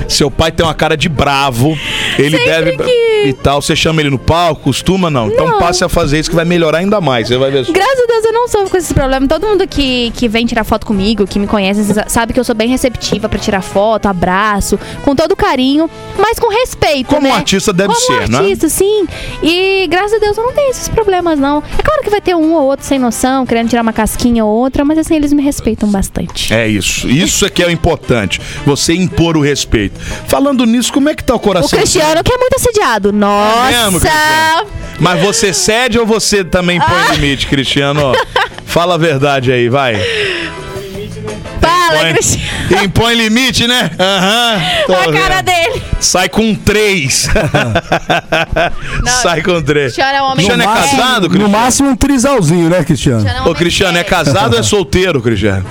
Seu pai tem uma cara de bravo. Ele deve. E tal. Você chama ele no palco, costuma não. Então Não. passe a fazer isso que vai melhorar ainda mais. Você vai ver. só. Graças a Deus eu não sofro com esses problemas. Todo mundo que, que vem tirar foto comigo, que me conhece, sabe que eu sou bem receptiva pra tirar foto, abraço, com todo carinho, mas com respeito, Como né? um artista deve Como ser, né? artista, sim. E graças a Deus eu não tenho esses problemas, não. É claro que vai ter um ou outro sem noção, querendo tirar uma casquinha ou outra, mas assim, eles me respeitam bastante. É isso. Isso é que é o importante. Você impor o respeito. Falando nisso, como é que tá o O coração? Cristiano que é muito assediado. mesmo, Nossa! Cristiano? Mas você cede ou você também põe Ah. limite, Cristiano? Fala a verdade aí, vai. Fala, Põe- Cristiano! Impõe limite, né? Aham. tô A cara vendo. dele! Sai com três. Sai com três. Cristiano é um homem Cristiano é sério. casado, No Cristiano? máximo um trisalzinho, né, Cristiano? Cristiano é um Ô, homem Cristiano, é sério. casado ou é solteiro, Cristiano?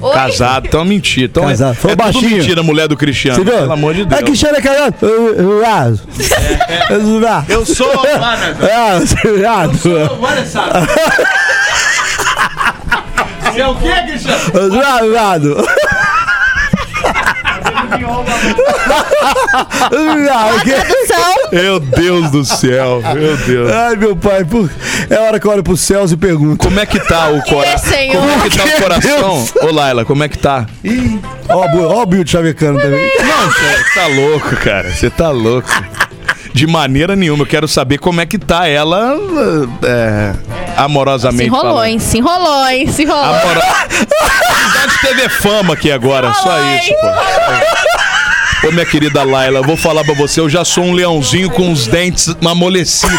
Oi? Casado, então é mentira. Então é- Casado. Foi é, tudo baixinho. mentira a mulher do Cristiano. Você viu? Pelo amor de Deus. É Cristiano é casado. Eu- eu- eu- Eu Eu sou Havana. Ah, seriado. É o que, Cristiano? Eduardo. Ah, ok. Meu Deus do céu, meu Deus. Ai, meu pai, por- é hora que eu olho pros céus e pergunto. Como é que tá o coração? Senhor. Como é que tá o coração? Ô, Laila, como é que tá? Ih, Ó, o Bu- ó o Bill de Chavecano também. Não, você tá louco, cara. Você tá louco. De maneira nenhuma, eu quero saber como é que tá ela é, Se amorosamente. enrolou, falando. hein? Se enrolou, hein? Se enrolou. Amor... Cidade TV fama aqui agora, só Fala, isso, pô. Ô, minha querida Laila, eu vou falar pra você, eu já sou um leãozinho com os dentes amolecidos.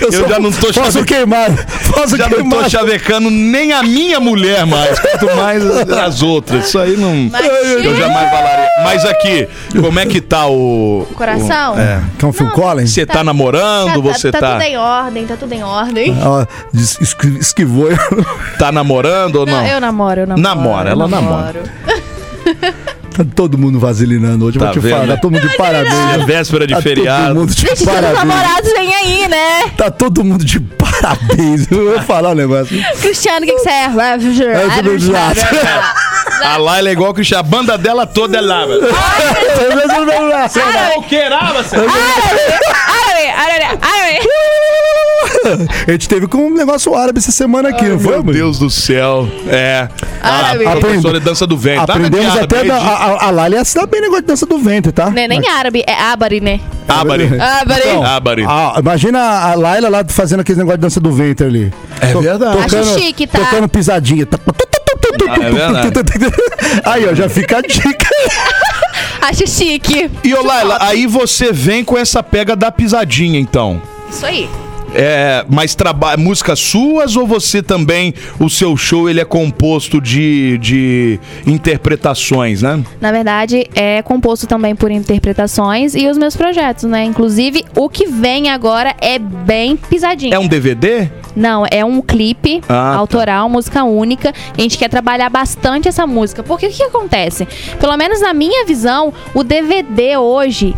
Eu, sou- já não tô Faço o chavecando, queimado. Faço o já não tô queimado. chavecando nem a minha mulher mais, quanto mais um. as outras. Isso aí não. Eu jamais falaria. Mas aqui, como é que tá o. Coração? Que é um Phil Collins? Você tá namorando? você tá, tudo em ordem, tá tudo em ordem. Ó, es- esqui- esquivou. tá namorando ou não? Eu namoro, eu namoro. Namora, eu ela namoro. Tá todo mundo vaselinando hoje. Tá vou te vendo? falar, tá todo mundo de É parabéns. véspera de Tá feriado. todo mundo de Gente, tá todos os parabéns. namorados vêm aí, né? Tá todo mundo de parabéns. Eu vou falar um negócio. Cristiano, o que, que você é? Eu sou do Jato. A Laila é igual que a banda dela toda é lá, velho. ah, Eu sou do Jato. Árabe, árabe, árabe. A gente teve com um negócio árabe essa semana aqui, não foi, Meu Bruno? Deus do céu. É. A, Árabe. a professora de dança do vento. Tá na Aprendemos piada, até. bem Da, a, a- a Lali ia se dar bem negócio de dança do ventre, tá? Não é nem árabe, é ábari, né? dito. Ábari. Ábari. Então, Ábari. é. Ah, imagina a Laila lá fazendo aquele negócio de dança do ventre ali. É verdade. Acho chique, tá? Tocando pisadinha. é verdade. Aí, ó, já fica a dica. Acho chique. E, ô Laila, aí você vem com essa pega da pisadinha, então. Isso aí. É, mas traba- músicas suas ou você também, o seu show, ele é composto de, de interpretações, né? Na verdade, é composto também por interpretações e os meus projetos, né? Inclusive, o que vem agora é bem pisadinho. É um DVD? Não, é um clipe Ah, tá. autoral, música única. A gente quer trabalhar bastante essa música. Porque o que acontece? Pelo menos na minha visão, o DVD hoje,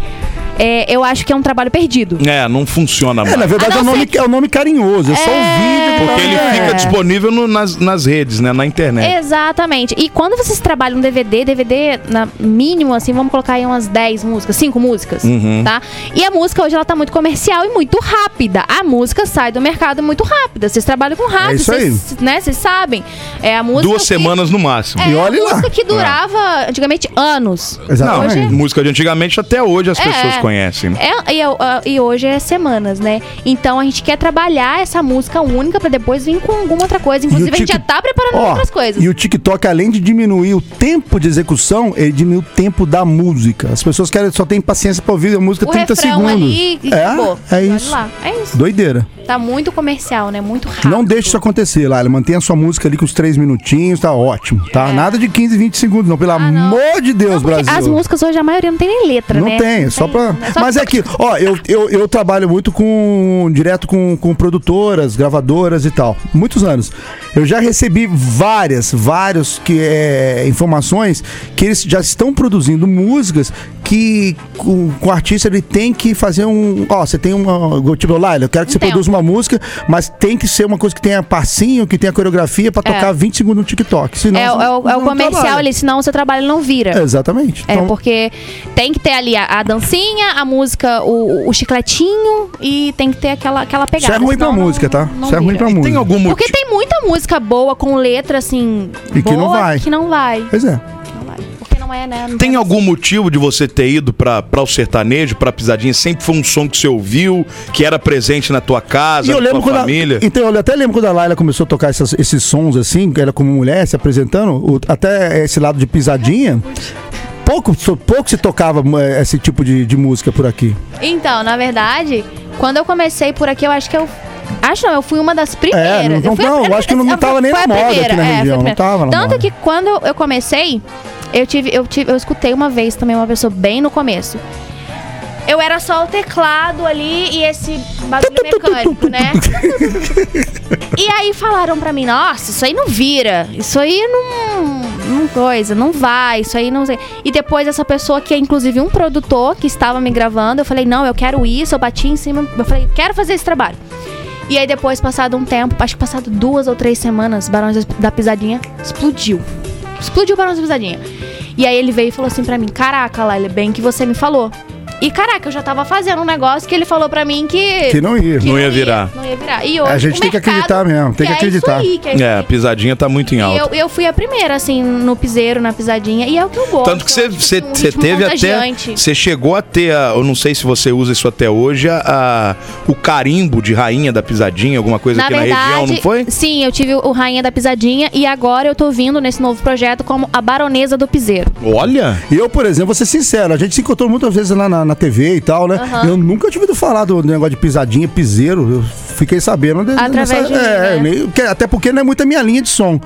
é, eu acho que é um trabalho perdido. É, não funciona mais. na verdade, A é, um não nome, ser que- é um nome carinhoso. É só um vídeo. que Porque tá- ele É. fica disponível no- nas, nas redes, né? Na É, internet. Exatamente. E quando vocês trabalham um DVD, DVD, na mínimo, assim, vamos colocar aí umas 10 músicas, 5 músicas, Uhum. tá? E a música hoje, ela tá muito comercial e muito rápida. A música sai do mercado muito rápida. Vocês trabalham com rápido, isso aí. vocês, né? Vocês sabem. É a música É Duas que- semanas no máximo. É, E olhe a lá. música que durava, antigamente, anos. Não, é. Exatamente. música de antigamente até hoje as pessoas conhecem. né? É, e, eu- ah, e hoje é semanas, né? Então a gente quer trabalhar essa música única pra depois vir com alguma outra coisa. Inclusive, a gente já tic- tá preparando Ó, outras coisas. E o TikTok, além de diminuir o tempo de execução, ele diminui o tempo da música. As pessoas querem, só têm paciência pra ouvir a música O 30 refrão segundos. ali e acabou. é, é Olha isso. lá, é isso. Doideira. Tá muito comercial, né? Muito rápido. Não deixe isso acontecer, Laila. Mantenha a sua música ali com os três minutinhos, tá ótimo. Tá? É. Nada de 15, 20 segundos, não. Pelo amor de Deus, Ah, Porque Brasil. As músicas hoje, a maioria não tem nem letra, Não né? tem, só pra. Mas é que, ó, eu, eu, eu trabalho muito com. direto com, com produtoras, gravadoras e tal. Muitos anos. Eu já recebi várias, várias que, é, informações que eles já estão produzindo músicas que com, com o artista ele tem que fazer um. Ó, você tem uma. Tipo, Laila, eu quero que você Um tempo. produza uma música, mas tem que ser uma coisa que tenha passinho, que tenha coreografia pra É. tocar 20 segundos no TikTok. Senão É, você o- é o, é o não comercial trabalha. ali, senão o seu trabalho não vira. Exatamente. Então, É, porque tem que ter ali a, a dancinha, a música, o, o chicletinho e tem que ter aquela, aquela Isso pegada. é ruim pra senão não- música, tá? não Isso é ruim vira. pra música. Tem algum motivo? Porque tem muita música boa com letra, assim, E que não boa vai. que não vai. Pois é. Não vai. Porque não é, né? Não Tem vai- algum motivo de você ter ido pra, pra o sertanejo, pra pisadinha? Sempre foi um som que você ouviu, que era presente na tua casa, E eu na lembro tua quando a- família? então, eu até lembro quando a Laila começou a tocar essas- esses sons assim, ela como mulher se apresentando, o- até esse lado de pisadinha. Pouco, so- pouco se tocava eh, esse tipo de, de música por aqui. Então, na verdade, quando eu comecei por aqui, eu acho que eu. Acho não, eu fui uma das primeiras. É, não- eu fui a não, eu primeira- acho que não- não eu- tava nem foi na a moda aqui primeira, na é, foi a região, não primeira. tava na Tanto moda. que quando eu- eu comecei, eu tive, eu tive, eu escutei uma vez também uma pessoa bem no começo. Eu era só o teclado ali e esse barulho mecânico, né? E aí falaram pra mim, nossa, isso aí não vira, isso aí não, não coisa, não vai, isso aí não sei. E depois essa pessoa que é inclusive um produtor que estava me gravando, eu falei, não, eu quero isso, eu bati em cima, eu falei, quero fazer esse trabalho. E aí depois, passado um tempo, acho que passado duas ou três semanas, Barões da Pisadinha explodiu. explodiu para nossa pisadinha. E aí ele veio e falou assim pra mim: Caraca, Laila, bem que você me falou. E caraca, eu já tava fazendo um negócio que ele falou pra mim que. Que não ia. Não ia virar. Não ia virar. E hoje, A gente o tem que mercado acreditar mesmo, tem que quer isso acreditar. aí, quer isso É, aí. a pisadinha tá muito em E alta. eu, eu fui a primeira, assim, no piseiro, na pisadinha, e é o que eu gosto. Tanto que você eu acho você- um você ritmo teve até. contagiante. Você chegou a ter, a- eu não sei se você usa isso até hoje, a- a- o carimbo de rainha da pisadinha, alguma coisa Na aqui verdade, na região, não foi? sim, eu tive o Rainha da Pisadinha e agora eu tô vindo nesse novo projeto como a Baronesa do Piseiro. Olha! E Eu, por exemplo, vou ser sincero, a gente se encontrou muitas vezes lá na, na TV e tal, né? Eu nunca tinha ouvido falar do negócio de pisadinha, piseiro. Eu fiquei sabendo. de- Através de mim, é, né? meio que- até porque não é muito a minha linha de som.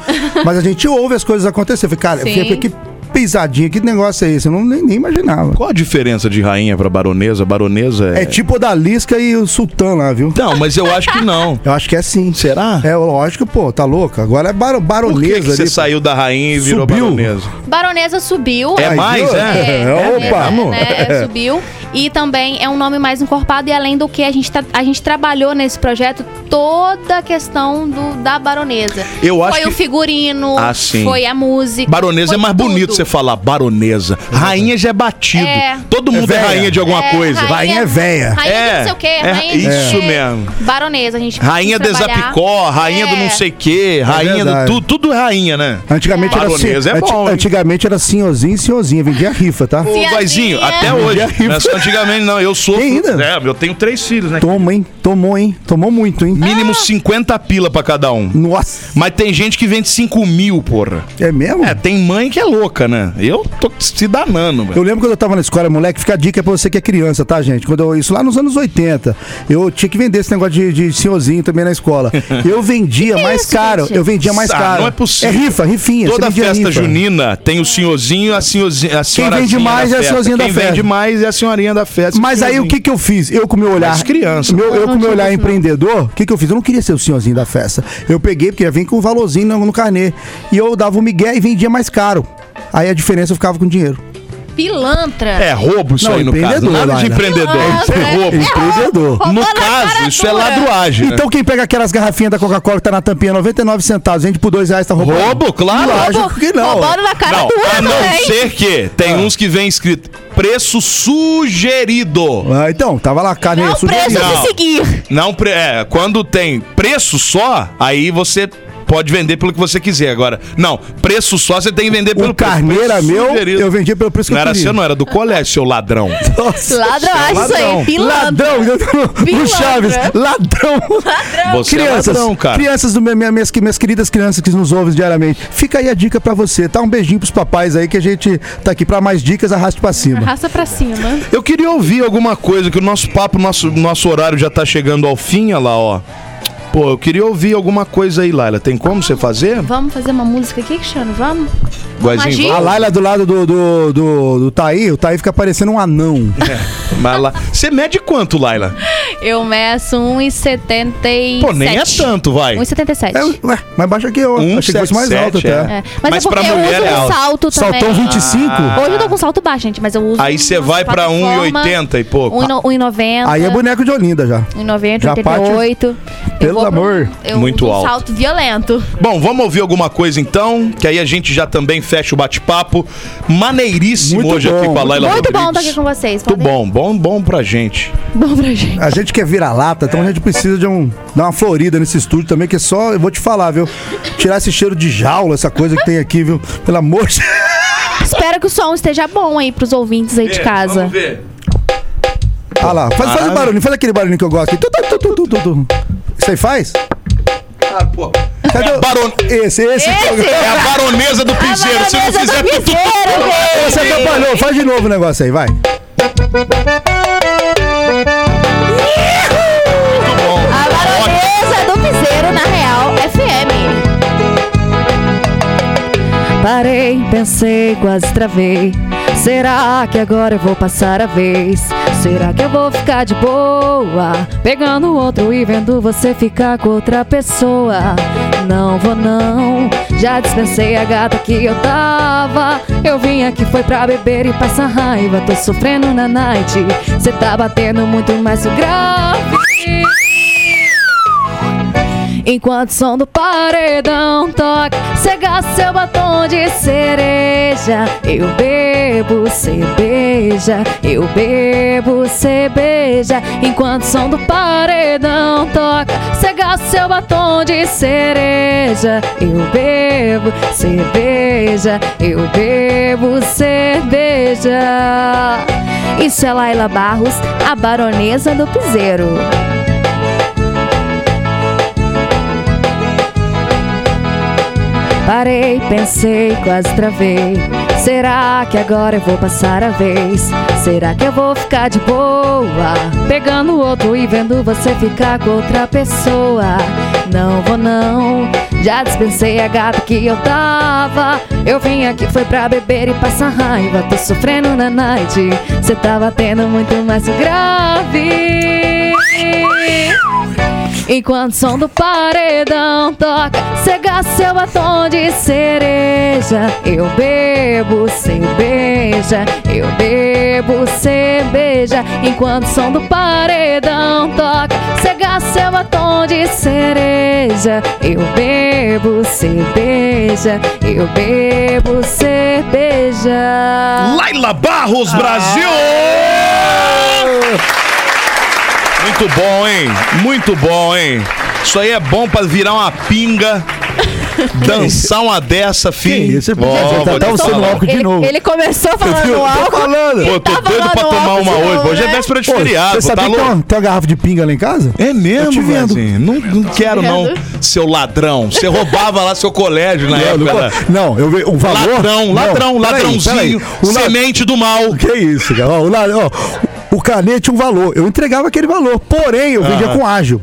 mas a gente ouve as coisas acontecer. Eu Falei, cara, eu Sim. falei, que pisadinha, que negócio é esse? Eu não, nem, nem imaginava. Qual a diferença de rainha pra baronesa? Baronesa é. É tipo o da Lisca e o Sultan lá, viu? Não, mas eu acho que não. Eu acho que é sim. Será? É, lógico, pô, tá louca. Agora é bar baronesa Por que, que ali. você pô. saiu da rainha e virou Subiu? baronesa? Baronesa subiu. É Aí, mais, viu? é? É, né, Opa! né, Subiu. E também é um nome mais encorpado. E além do que, a gente, tra- a gente trabalhou nesse projeto toda a questão do, da baronesa. Eu acho foi o que- figurino, Ah, sim. foi a música. Baronesa foi é mais tudo. bonito você falar baronesa. Rainha já é batido. É. Todo mundo é, véia. rainha de alguma É, coisa. rainha- Rainha é véia. Rainha É, de não sei o quê. é, rainha de- isso mesmo. Baronesa, a gente Rainha de quis trabalhar. Zapicó, rainha do não É. sei o quê, rainha verdade. do tudo, tudo é rainha, né? Antigamente era, assim, Baronesa é bom, hein? antigamente era senhorzinho e senhorzinha. Vendia rifa, tá? Ô, Guaizinho, até hoje. Não é só antigamente, não. Eu sou. Tem ainda? É, eu tenho três filhos, né? Toma, hein? Tomou, hein? Tomou muito, hein? Mínimo Ah. 50 pila pra cada um. Nossa, Mas tem gente que vende 5 mil, porra. é mesmo? É, tem mãe que é louca, né? Eu tô se danando, velho. Eu lembro quando eu tava na escola, moleque, fica a dica pra você que é criança, tá, gente? Quando eu, isso lá nos anos 80, eu tinha que vender esse negócio de, de senhorzinho também na escola. Eu vendia mais caro, eu vendia mais é Ah, caro. não é possível. É rifa, rifinha. você Toda vendia festa rifa. junina tem o senhorzinho e a senhorzinha. A senhorazinha vende mais da é a festa. senhorzinha da Quem festa. vende mais é a senhorinha da festa. Mas aí o que que eu fiz? Eu com o meu olhar. Mas criança. Meu, eu com o meu olhar empreendedor, o que que eu fiz? Eu não queria ser o senhorzinho da festa. Eu peguei, porque já vem com um valorzinho no, no carnê. E eu dava o migué e vendia mais caro. Aí a diferença eu ficava com dinheiro. Pilantra. É roubo isso Não, aí, no caso. empreendedor, Nada de Laila. empreendedor. Isso é roubo. Empreendedor. No caso, isso é ladruagem. né? Então quem pega aquelas garrafinhas da Coca-Cola que tá na tampinha 99 centavos, vende por 2 reais, tá roubando. Roubo, claro. Lógico que não. Roubaram na cara Não, do a outro, não hein? ser que Ah. tem uns que vem escrito preço sugerido. Ah, então, tava lá a carne Não é sugerida. preço Não. de seguir. Não, pre- é, quando tem preço só, aí você pode vender pelo que você quiser. Agora, não, preço só você tem que vender pelo O carneira preço meu, eu vendia pelo preço que Não eu era queria. seu, não, era do colégio, seu ladrão. Nossa. Ladrão, acho isso aí. Pilantra. Ladrão, no Pilantra. Chaves, ladrão. Você crianças, é ladrão, cara. crianças do minha, minha- minhas, minhas queridas crianças que nos ouvem diariamente, fica aí a dica pra você, tá? Um beijinho pros papais aí que a gente tá aqui pra mais dicas, arraste pra cima. Raça pra cima. Eu queria ouvir alguma coisa, que o nosso papo, nosso, nosso horário já tá chegando ao fim, olha lá, ó. Pô, eu queria ouvir alguma coisa aí, Laila. Tem como você fazer? Vamos fazer uma música aqui, Cristiano? Vamos? Guazinho, Imagina. A Laila do lado do, do, do, do Taí, o Taí fica parecendo um anão. Mas lá. Você mede quanto, Laila? Eu meço 1,77. Pô, nem é tanto, vai. 1,77. É, ué, mais baixo que eu. Um, Achei que fosse mais sete, alto é. até. É, Mas, Mas é porque pra eu mulher uso é um alto. salto também. Ah. Saltão 25. Hoje eu tô com salto baixo, gente, mas eu uso. Aí você vai pra 1,80 e pouco. 1,90. Aí é boneco de Olinda já. 1,90, Já 88. pelo Eu vou pro- amor. eu Muito uso um alto. salto violento. Bom, vamos ouvir alguma coisa então, que aí a gente já também fecha o bate-papo. Maneiríssimo Muito hoje aqui bom, com a muito Laila Muito bom Rodrigues. estar aqui com vocês. Muito bom, bom, bom pra gente. Bom pra gente. A gente quer vira-lata, então a gente precisa de um, dar uma florida nesse estúdio também, que é só, eu vou te falar, viu? Tirar esse cheiro de jaula, essa coisa que tem aqui, viu? Pelo amor de Espero que o som esteja bom aí pros ouvintes aí de casa. ver. Ah lá, faz, faz o barulho, faz aquele barulho que eu gosto. Tu, tu, tu, tu, tu, tu. Isso aí faz? Ah, pô. Cadê o... Baron... Esse, esse. É a baronesa do piseiro. Se não baronesa do fizer tudo. Você atrapalhou, faz de novo o negócio aí, vai. Muito bom. A baronesa do piseiro na Real FM. Parei, pensei, quase travei. Será que agora eu vou passar a vez? Será que eu vou ficar de boa? Pegando outro e vendo você ficar com outra pessoa. Não vou não, já dispensei a gata que eu tava. Eu vim aqui foi pra beber e passar raiva. Tô sofrendo na night. Cê tá batendo muito mais o grave. Enquanto o som do paredão toca, cega seu batom de cereja. Eu bebo cerveja, eu bebo cerveja. Enquanto o som do paredão toca, cega seu batom de cereja. Eu bebo cerveja, eu bebo cerveja. Isso é Laila Barros, a baronesa do piseiro. Parei, pensei, quase travei. Será que agora eu vou passar a vez? Será que eu vou ficar de boa? Pegando outro e vendo você ficar com outra pessoa. Não vou não, já dispensei a gata que eu tava. Eu vim aqui foi pra beber e passar raiva. Tô sofrendo na night. Cê tava tendo muito mais grave. Enquanto o som do paredão toca, cega seu batom de cereja. Eu bebo cerveja, eu bebo cerveja. Enquanto o som do paredão toca, cega seu batom de cereja. Eu bebo cerveja, eu bebo cerveja. Laila Barros, Ah. Brasil! Muito bom, hein? Muito bom, hein? Isso aí é bom pra virar uma pinga, dançar uma dessa, filho. isso? É bom. Ó, Tá- vou tá te o seu falar. no álcool de ele, novo. ele começou falando Tô álcool. falando. Pô, tô Tava doivo lá pra no tomar álcool uma de hoje. novo, Hoje é né? véspera de Pô, feriado, Você pô, tá sabia que é tem louco? uma, tem uma garrafa de pinga lá em casa? É mesmo, Eu te vendo. Vazinho? Não, Tá não quero, não. Seu ladrão. Você roubava lá seu colégio na Não, época. não, né? não, eu vejo o valor. Ladrão, Não, ladrão, peraí, ladrãozinho. peraí. O la- Semente do mal. Que isso, cara? Ó, o, la- ó, o canete um valor. Eu entregava aquele valor, porém eu vendia Aham. com ágil.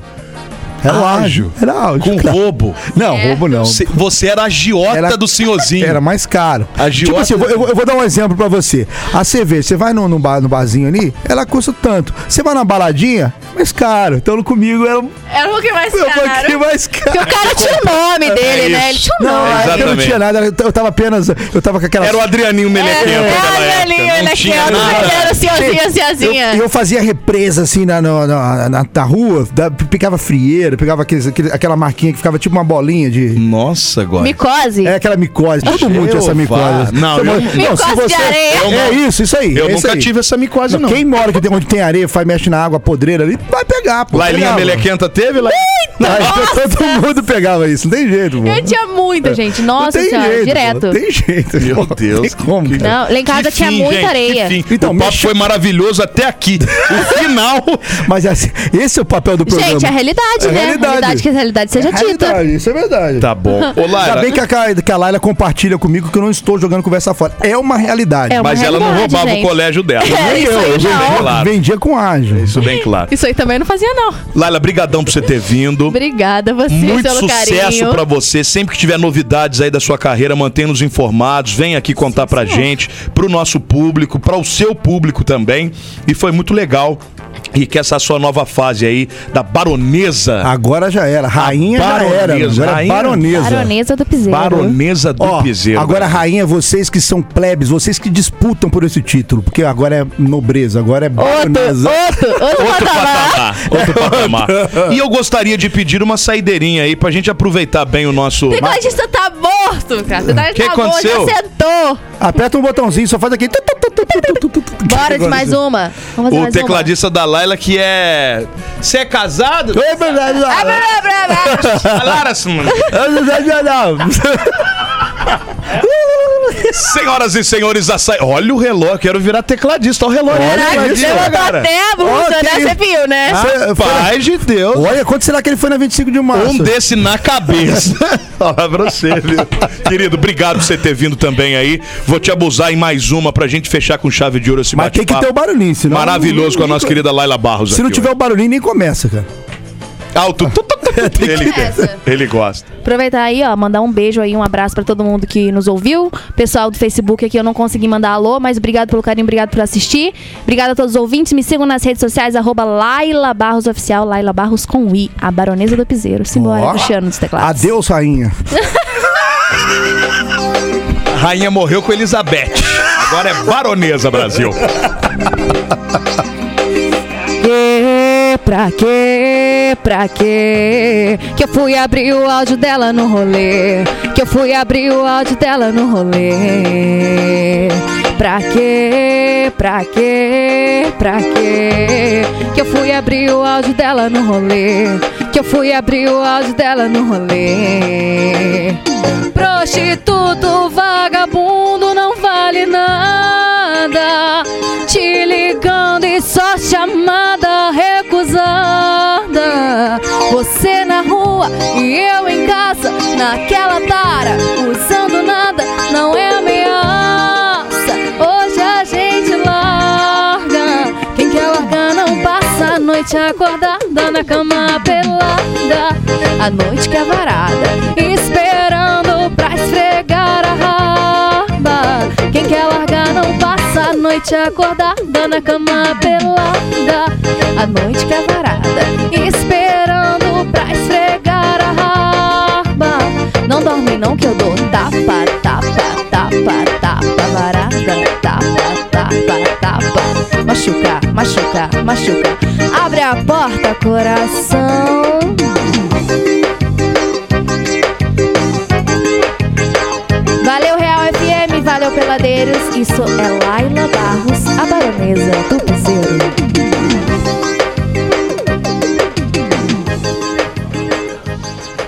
Era o ágil. Ágil? Era ágil. Com Claro. roubo. Não, É. roubo não. Cê- Você era agiota Era- do senhorzinho. Era mais caro. Agiota- Tipo assim, eu vou, eu vou- eu vou dar um exemplo pra você. A cerveja, você vai no, no, bar, no barzinho ali, ela custa tanto. Você vai na baladinha, mais caro. Então comigo era um Era um pouquinho mais pouquinho caro. mais caro. Porque o cara tinha o nome dele, né? Ele tinha o Não, nome. é porque eu não É Exatamente. tinha nada. Eu t- eu tava apenas. Eu tava com aquela. Era o Adrianinho Melequento. É, daquela olha época. ali, Não ele tinha aqui, ó, nada. ele era senhorzinha, senhorzinha. E eu, fazia represa assim na, na, na, na- na rua, da- pegava frieira, pegava aqueles, aquele- aquela marquinha que ficava tipo uma bolinha de. Nossa, agora. Micose. É aquela micose, todo mundo tinha Jeová. essa micose. Não, Todo eu- mundo- Micose de areia. Eu É não- isso, isso aí. Eu é isso nunca aí. tive essa micose, não. Quem mora que tem, onde tem areia, faz, mexe na água podreira ali, vai pegar, pô. Lailinha pegava. Melequenta teve? Lá... Não, Todo mundo pegava isso, não tem jeito, pô. Eu tinha muita, gente. Não Nossa tem senhora, jeito, pô, direto. Não tem jeito. Meu pô. Deus. Não tem como, cara. Não, lá em casa Que tinha fim, muita gente, que areia. fim. Então, o papo mexe- foi maravilhoso até aqui. O final. Mas assim, esse é o papel do programa. Gente, é a É realidade, né? realidade. que a realidade seja dita. Realidade, Isso é verdade. Tá bom. Ô, Laira, Ainda bem que a, Ca- que a Laila compartilha comigo que eu não estou jogando conversa fora. É uma realidade. É uma mas ela não realidade, roubava gente. o colégio dela. É, isso aí Isso bem não. claro. Vendia com ágil. Isso bem claro. É Isso aí também eu não fazia, não. Laila, brigadão por você ter vindo. Obrigada a você Muito pelo sucesso carinho. pra você. Sempre que tiver novidades aí da sua carreira, mantenha-nos informados. Vem aqui contar pra gente, pro nosso público, para o seu público também. E foi muito legal. E que essa sua nova fase aí da baronesa. Agora já era. Rainha já baronesa, era. Agora é rainha. baronesa. Baronesa do Piseiro. Baronesa do Ó, Piseiro. agora, rainha, vocês que são plebes, vocês que disputam por esse título, porque agora é nobreza, agora é baronesa. Outro, outro Outro patamar. patamar. Outro patamar. E eu gostaria de pedir uma saideirinha aí pra gente aproveitar bem o nosso. Tecladista tá morto, cara. Tecladista Que tá morto, aconteceu? já sentou. Aperta um botãozinho, só faz aqui. Bora de mais um. uma. Vamos fazer O mais tecladista da Laila que é. Você é casado? É verdade, uma. Laila. Ah, Blá, blá, blá, blá. Laura, mano. É verdade, Laila. Senhoras e senhores, a sa... olha o relógio, quero virar tecladista. Olha o relógio. Caraca, tecladista, levantou cara. Ah. até a blusa, Ok. né? Você viu, né? Cê- foi na- Paz de Deus. Olha, quanto será que ele foi na 25 de março? Um desse na cabeça. Fala pra você, viu? Querido, obrigado por você ter vindo também aí. Vou te abusar em mais uma pra gente fechar com chave de ouro esse Mas tem que ter o barulhinho, senão. Maravilhoso com a nossa querida Laila Barros Se não aqui tiver o barulhinho, nem começa, cara. hoje. Alto. tu, tu, tu, tu, Ele, ele gosta. Aproveitar aí, ó, mandar um beijo aí, um abraço pra todo mundo que nos ouviu. Pessoal do Facebook aqui, eu não consegui mandar alô, mas obrigado pelo carinho, obrigado por assistir. Obrigado a todos os ouvintes. Me sigam nas redes sociais, arroba Laila Barros Oficial, Laila Barros com I, a baronesa do piseiro. Simbora, Ó. Cristiano dos teclados. Adeus, rainha. Rainha morreu com Elizabeth. Agora é baronesa, Brasil. Que Pra quê? Pra quê? Que eu fui abrir o áudio dela no rolê. Que eu fui abrir o áudio dela no rolê. Pra quê? Pra quê? Pra quê? Que eu fui abrir o áudio dela no rolê. Que eu fui abrir o áudio dela no rolê. Prostituto vagabundo não vale nada. Te ligando e só chamada recusada. Você na rua e eu em casa, naquela tara, usando nada, não é ameaça. Hoje a gente larga. Quem quer largar não passa a noite acordada na cama pelada. A noite que é varada, esperando pra esfregar a raba. Quem quer largar não passa a noite é acordada na cama pelada. A noite que é varada, esperando pra esfregar a raba. Não dorme não que eu dou tapa, tapa, tapa, tapa, varada, tapa, tapa, tapa. Machuca, machuca, machuca. Abre a porta, coração. Valeu, Real FM, valeu, peladeiros. Isso é Laila Barros, a baronesa do piseiro.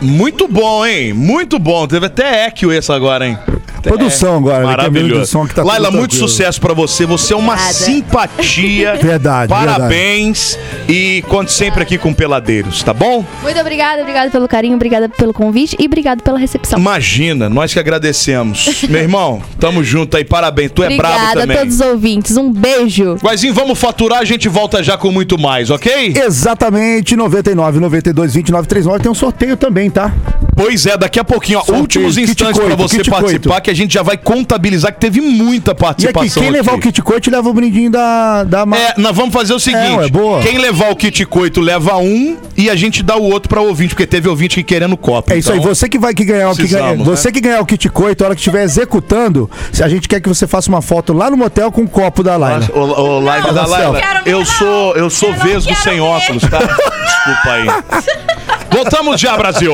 Muito bom, hein? Muito bom. Teve até eco essa agora, hein? Até Produção agora, né? Que é meio Maravilhoso. produção que tá tudo Laila, muito tranquilo. sucesso pra você. Você é uma Obrigada. simpatia. Verdade, Parabéns. E conte sempre aqui com peladeiros, tá bom? Muito obrigada, obrigada pelo carinho, obrigada pelo convite e obrigado pela recepção. Imagina, nós que agradecemos. Meu irmão, tamo junto aí. Parabéns. Tu é brabo obrigada a também. todos os ouvintes, um beijo. Guazinho, vamos faturar, a gente volta já com muito mais, ok? Exatamente, 99, 92, 29, 39. Tem um sorteio também, tá? Pois é, daqui a pouquinho, ó, Sorteio, últimos kit instantes pra coito, você kit coito. participar, que a gente já vai contabilizar que teve muita E participação. aqui, quem levar o aqui. kit coach leva o brindinho da, da ma- É, nós vamos fazer o seguinte: É, ué, boa. quem levar o kit coito leva um e a gente dá o outro pra ouvinte, porque teve ouvinte que querendo copo. É isso aí, Então, você que vai que ganhar o que ganha, precisamos, né? Você que ganhar o kit coito, a hora que estiver executando, se a gente quer que você faça uma foto lá no motel com o copo da Laila. Ô, ô, Laila, né? Não, da não Laila, quero ver, eu não. sou, eu sou Eu não vesgo quero sem ver. óculos, tá? Desculpa aí. Voltamos já, Brasil!